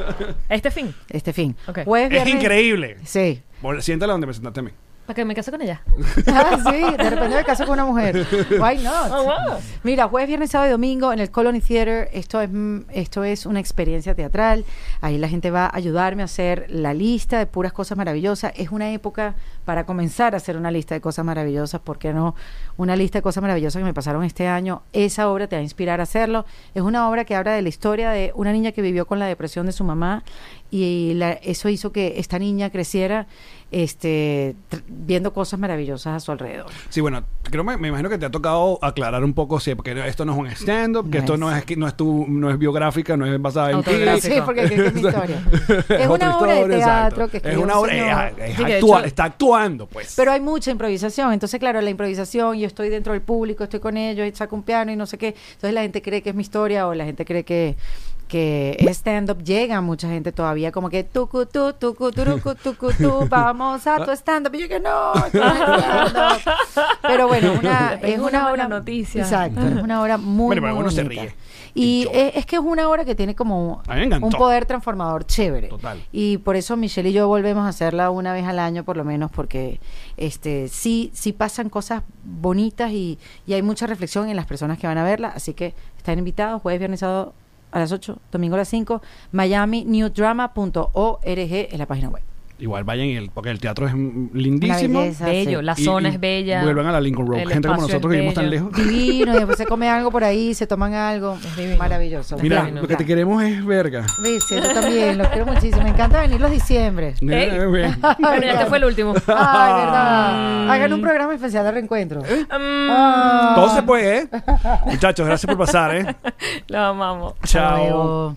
[SPEAKER 2] Este fin.
[SPEAKER 4] este fin.
[SPEAKER 2] Ok.
[SPEAKER 4] Jueves,
[SPEAKER 3] es
[SPEAKER 4] viernes-
[SPEAKER 3] increíble.
[SPEAKER 4] Sí.
[SPEAKER 3] Vol- Siéntala donde me sentaste a mí.
[SPEAKER 2] Para que me case con ella.
[SPEAKER 4] Ah, sí, de repente me caso con una mujer. Why not?
[SPEAKER 2] Oh, wow.
[SPEAKER 4] Mira, jueves, viernes, sábado y domingo en el Colony Theater. Esto es, mm, esto es una experiencia teatral. Ahí la gente va a ayudarme a hacer la lista de puras cosas maravillosas. Es una época para comenzar a hacer una lista de cosas maravillosas. ¿Por qué no? Una lista de cosas maravillosas que me pasaron este año. Esa obra te va a inspirar a hacerlo. Es una obra que habla de la historia de una niña que vivió con la depresión de su mamá y la- eso hizo que esta niña creciera este, tr- viendo cosas maravillosas a su alrededor.
[SPEAKER 3] Sí, bueno, creo me, me imagino que te ha tocado aclarar un poco, sí, porque esto no es un stand-up, que
[SPEAKER 4] No
[SPEAKER 3] esto
[SPEAKER 4] es.
[SPEAKER 3] no es que- no es tu, no es biográfica, no es basada en ti.
[SPEAKER 2] Autobiográfica.
[SPEAKER 4] Sí, porque aquí es mi historia. Es
[SPEAKER 3] otra
[SPEAKER 4] una obra de
[SPEAKER 3] historia,
[SPEAKER 4] teatro
[SPEAKER 3] exacto.
[SPEAKER 4] que
[SPEAKER 3] es
[SPEAKER 4] escribió
[SPEAKER 3] una
[SPEAKER 4] un
[SPEAKER 3] obra,
[SPEAKER 4] señor.
[SPEAKER 3] es- es
[SPEAKER 2] Sí, que de
[SPEAKER 3] actua-
[SPEAKER 2] hecho-
[SPEAKER 3] está actuando, pues.
[SPEAKER 4] Pero hay mucha improvisación. Entonces, claro, la improvisación, yo estoy dentro del público, estoy con ellos, y saco un piano y no sé qué. Entonces la gente cree que es mi historia o la gente cree que que es stand-up llega mucha gente todavía como que tucu tu tucu turucu tucu tu vamos a
[SPEAKER 3] Ah.
[SPEAKER 4] tu stand-up y yo que no, esto no es stand-up". pero bueno una,
[SPEAKER 2] Tengo
[SPEAKER 4] es
[SPEAKER 2] una
[SPEAKER 4] una
[SPEAKER 2] buena
[SPEAKER 4] hora
[SPEAKER 2] noticia.
[SPEAKER 4] exacto es una hora muy,
[SPEAKER 3] Bueno, pero
[SPEAKER 4] muy
[SPEAKER 3] uno se
[SPEAKER 4] bonita.
[SPEAKER 3] ríe. Y
[SPEAKER 4] y
[SPEAKER 3] yo-
[SPEAKER 4] es, es que es una hora que tiene como
[SPEAKER 3] A mí me encantó.
[SPEAKER 4] un poder transformador chévere
[SPEAKER 3] Total.
[SPEAKER 4] y por eso Michelle y yo volvemos a hacerla una vez al año por lo menos porque este sí sí pasan cosas bonitas y, y hay mucha reflexión en las personas que van a verla, así que están invitados jueves, viernes, sábado a las 8, domingo a las 5, Miami newdrama.org es la página web.
[SPEAKER 3] Igual vayan, y el- porque el teatro es mm, lindísimo.
[SPEAKER 4] belleza.
[SPEAKER 2] Bello.
[SPEAKER 4] sí.
[SPEAKER 2] La
[SPEAKER 3] Y-
[SPEAKER 2] zona
[SPEAKER 3] y
[SPEAKER 2] es bella.
[SPEAKER 3] Vuelvan a la Lincoln Road.
[SPEAKER 2] El
[SPEAKER 3] Gente
[SPEAKER 2] espacio
[SPEAKER 3] como
[SPEAKER 2] es
[SPEAKER 3] nosotros que vivimos tan
[SPEAKER 2] bello.
[SPEAKER 3] lejos.
[SPEAKER 4] Divino, y después se come algo por ahí, se toman algo,
[SPEAKER 2] Es divino.
[SPEAKER 4] maravilloso.
[SPEAKER 2] Es
[SPEAKER 3] Mira,
[SPEAKER 2] divino.
[SPEAKER 3] lo que te queremos es verga.
[SPEAKER 4] Viste, yo también, los quiero muchísimo, me encanta venir los diciembre.
[SPEAKER 3] Mira, eh, bien.
[SPEAKER 2] Bueno, ya este fue el último.
[SPEAKER 4] Ay, verdad. Hagan un programa especial de reencuentro.
[SPEAKER 2] Mm,
[SPEAKER 4] Ah.
[SPEAKER 3] Todo se puede, ¿eh? Muchachos, gracias por pasar, ¿eh?
[SPEAKER 2] Lo amamos.
[SPEAKER 4] Hasta
[SPEAKER 3] Chao.
[SPEAKER 4] luego.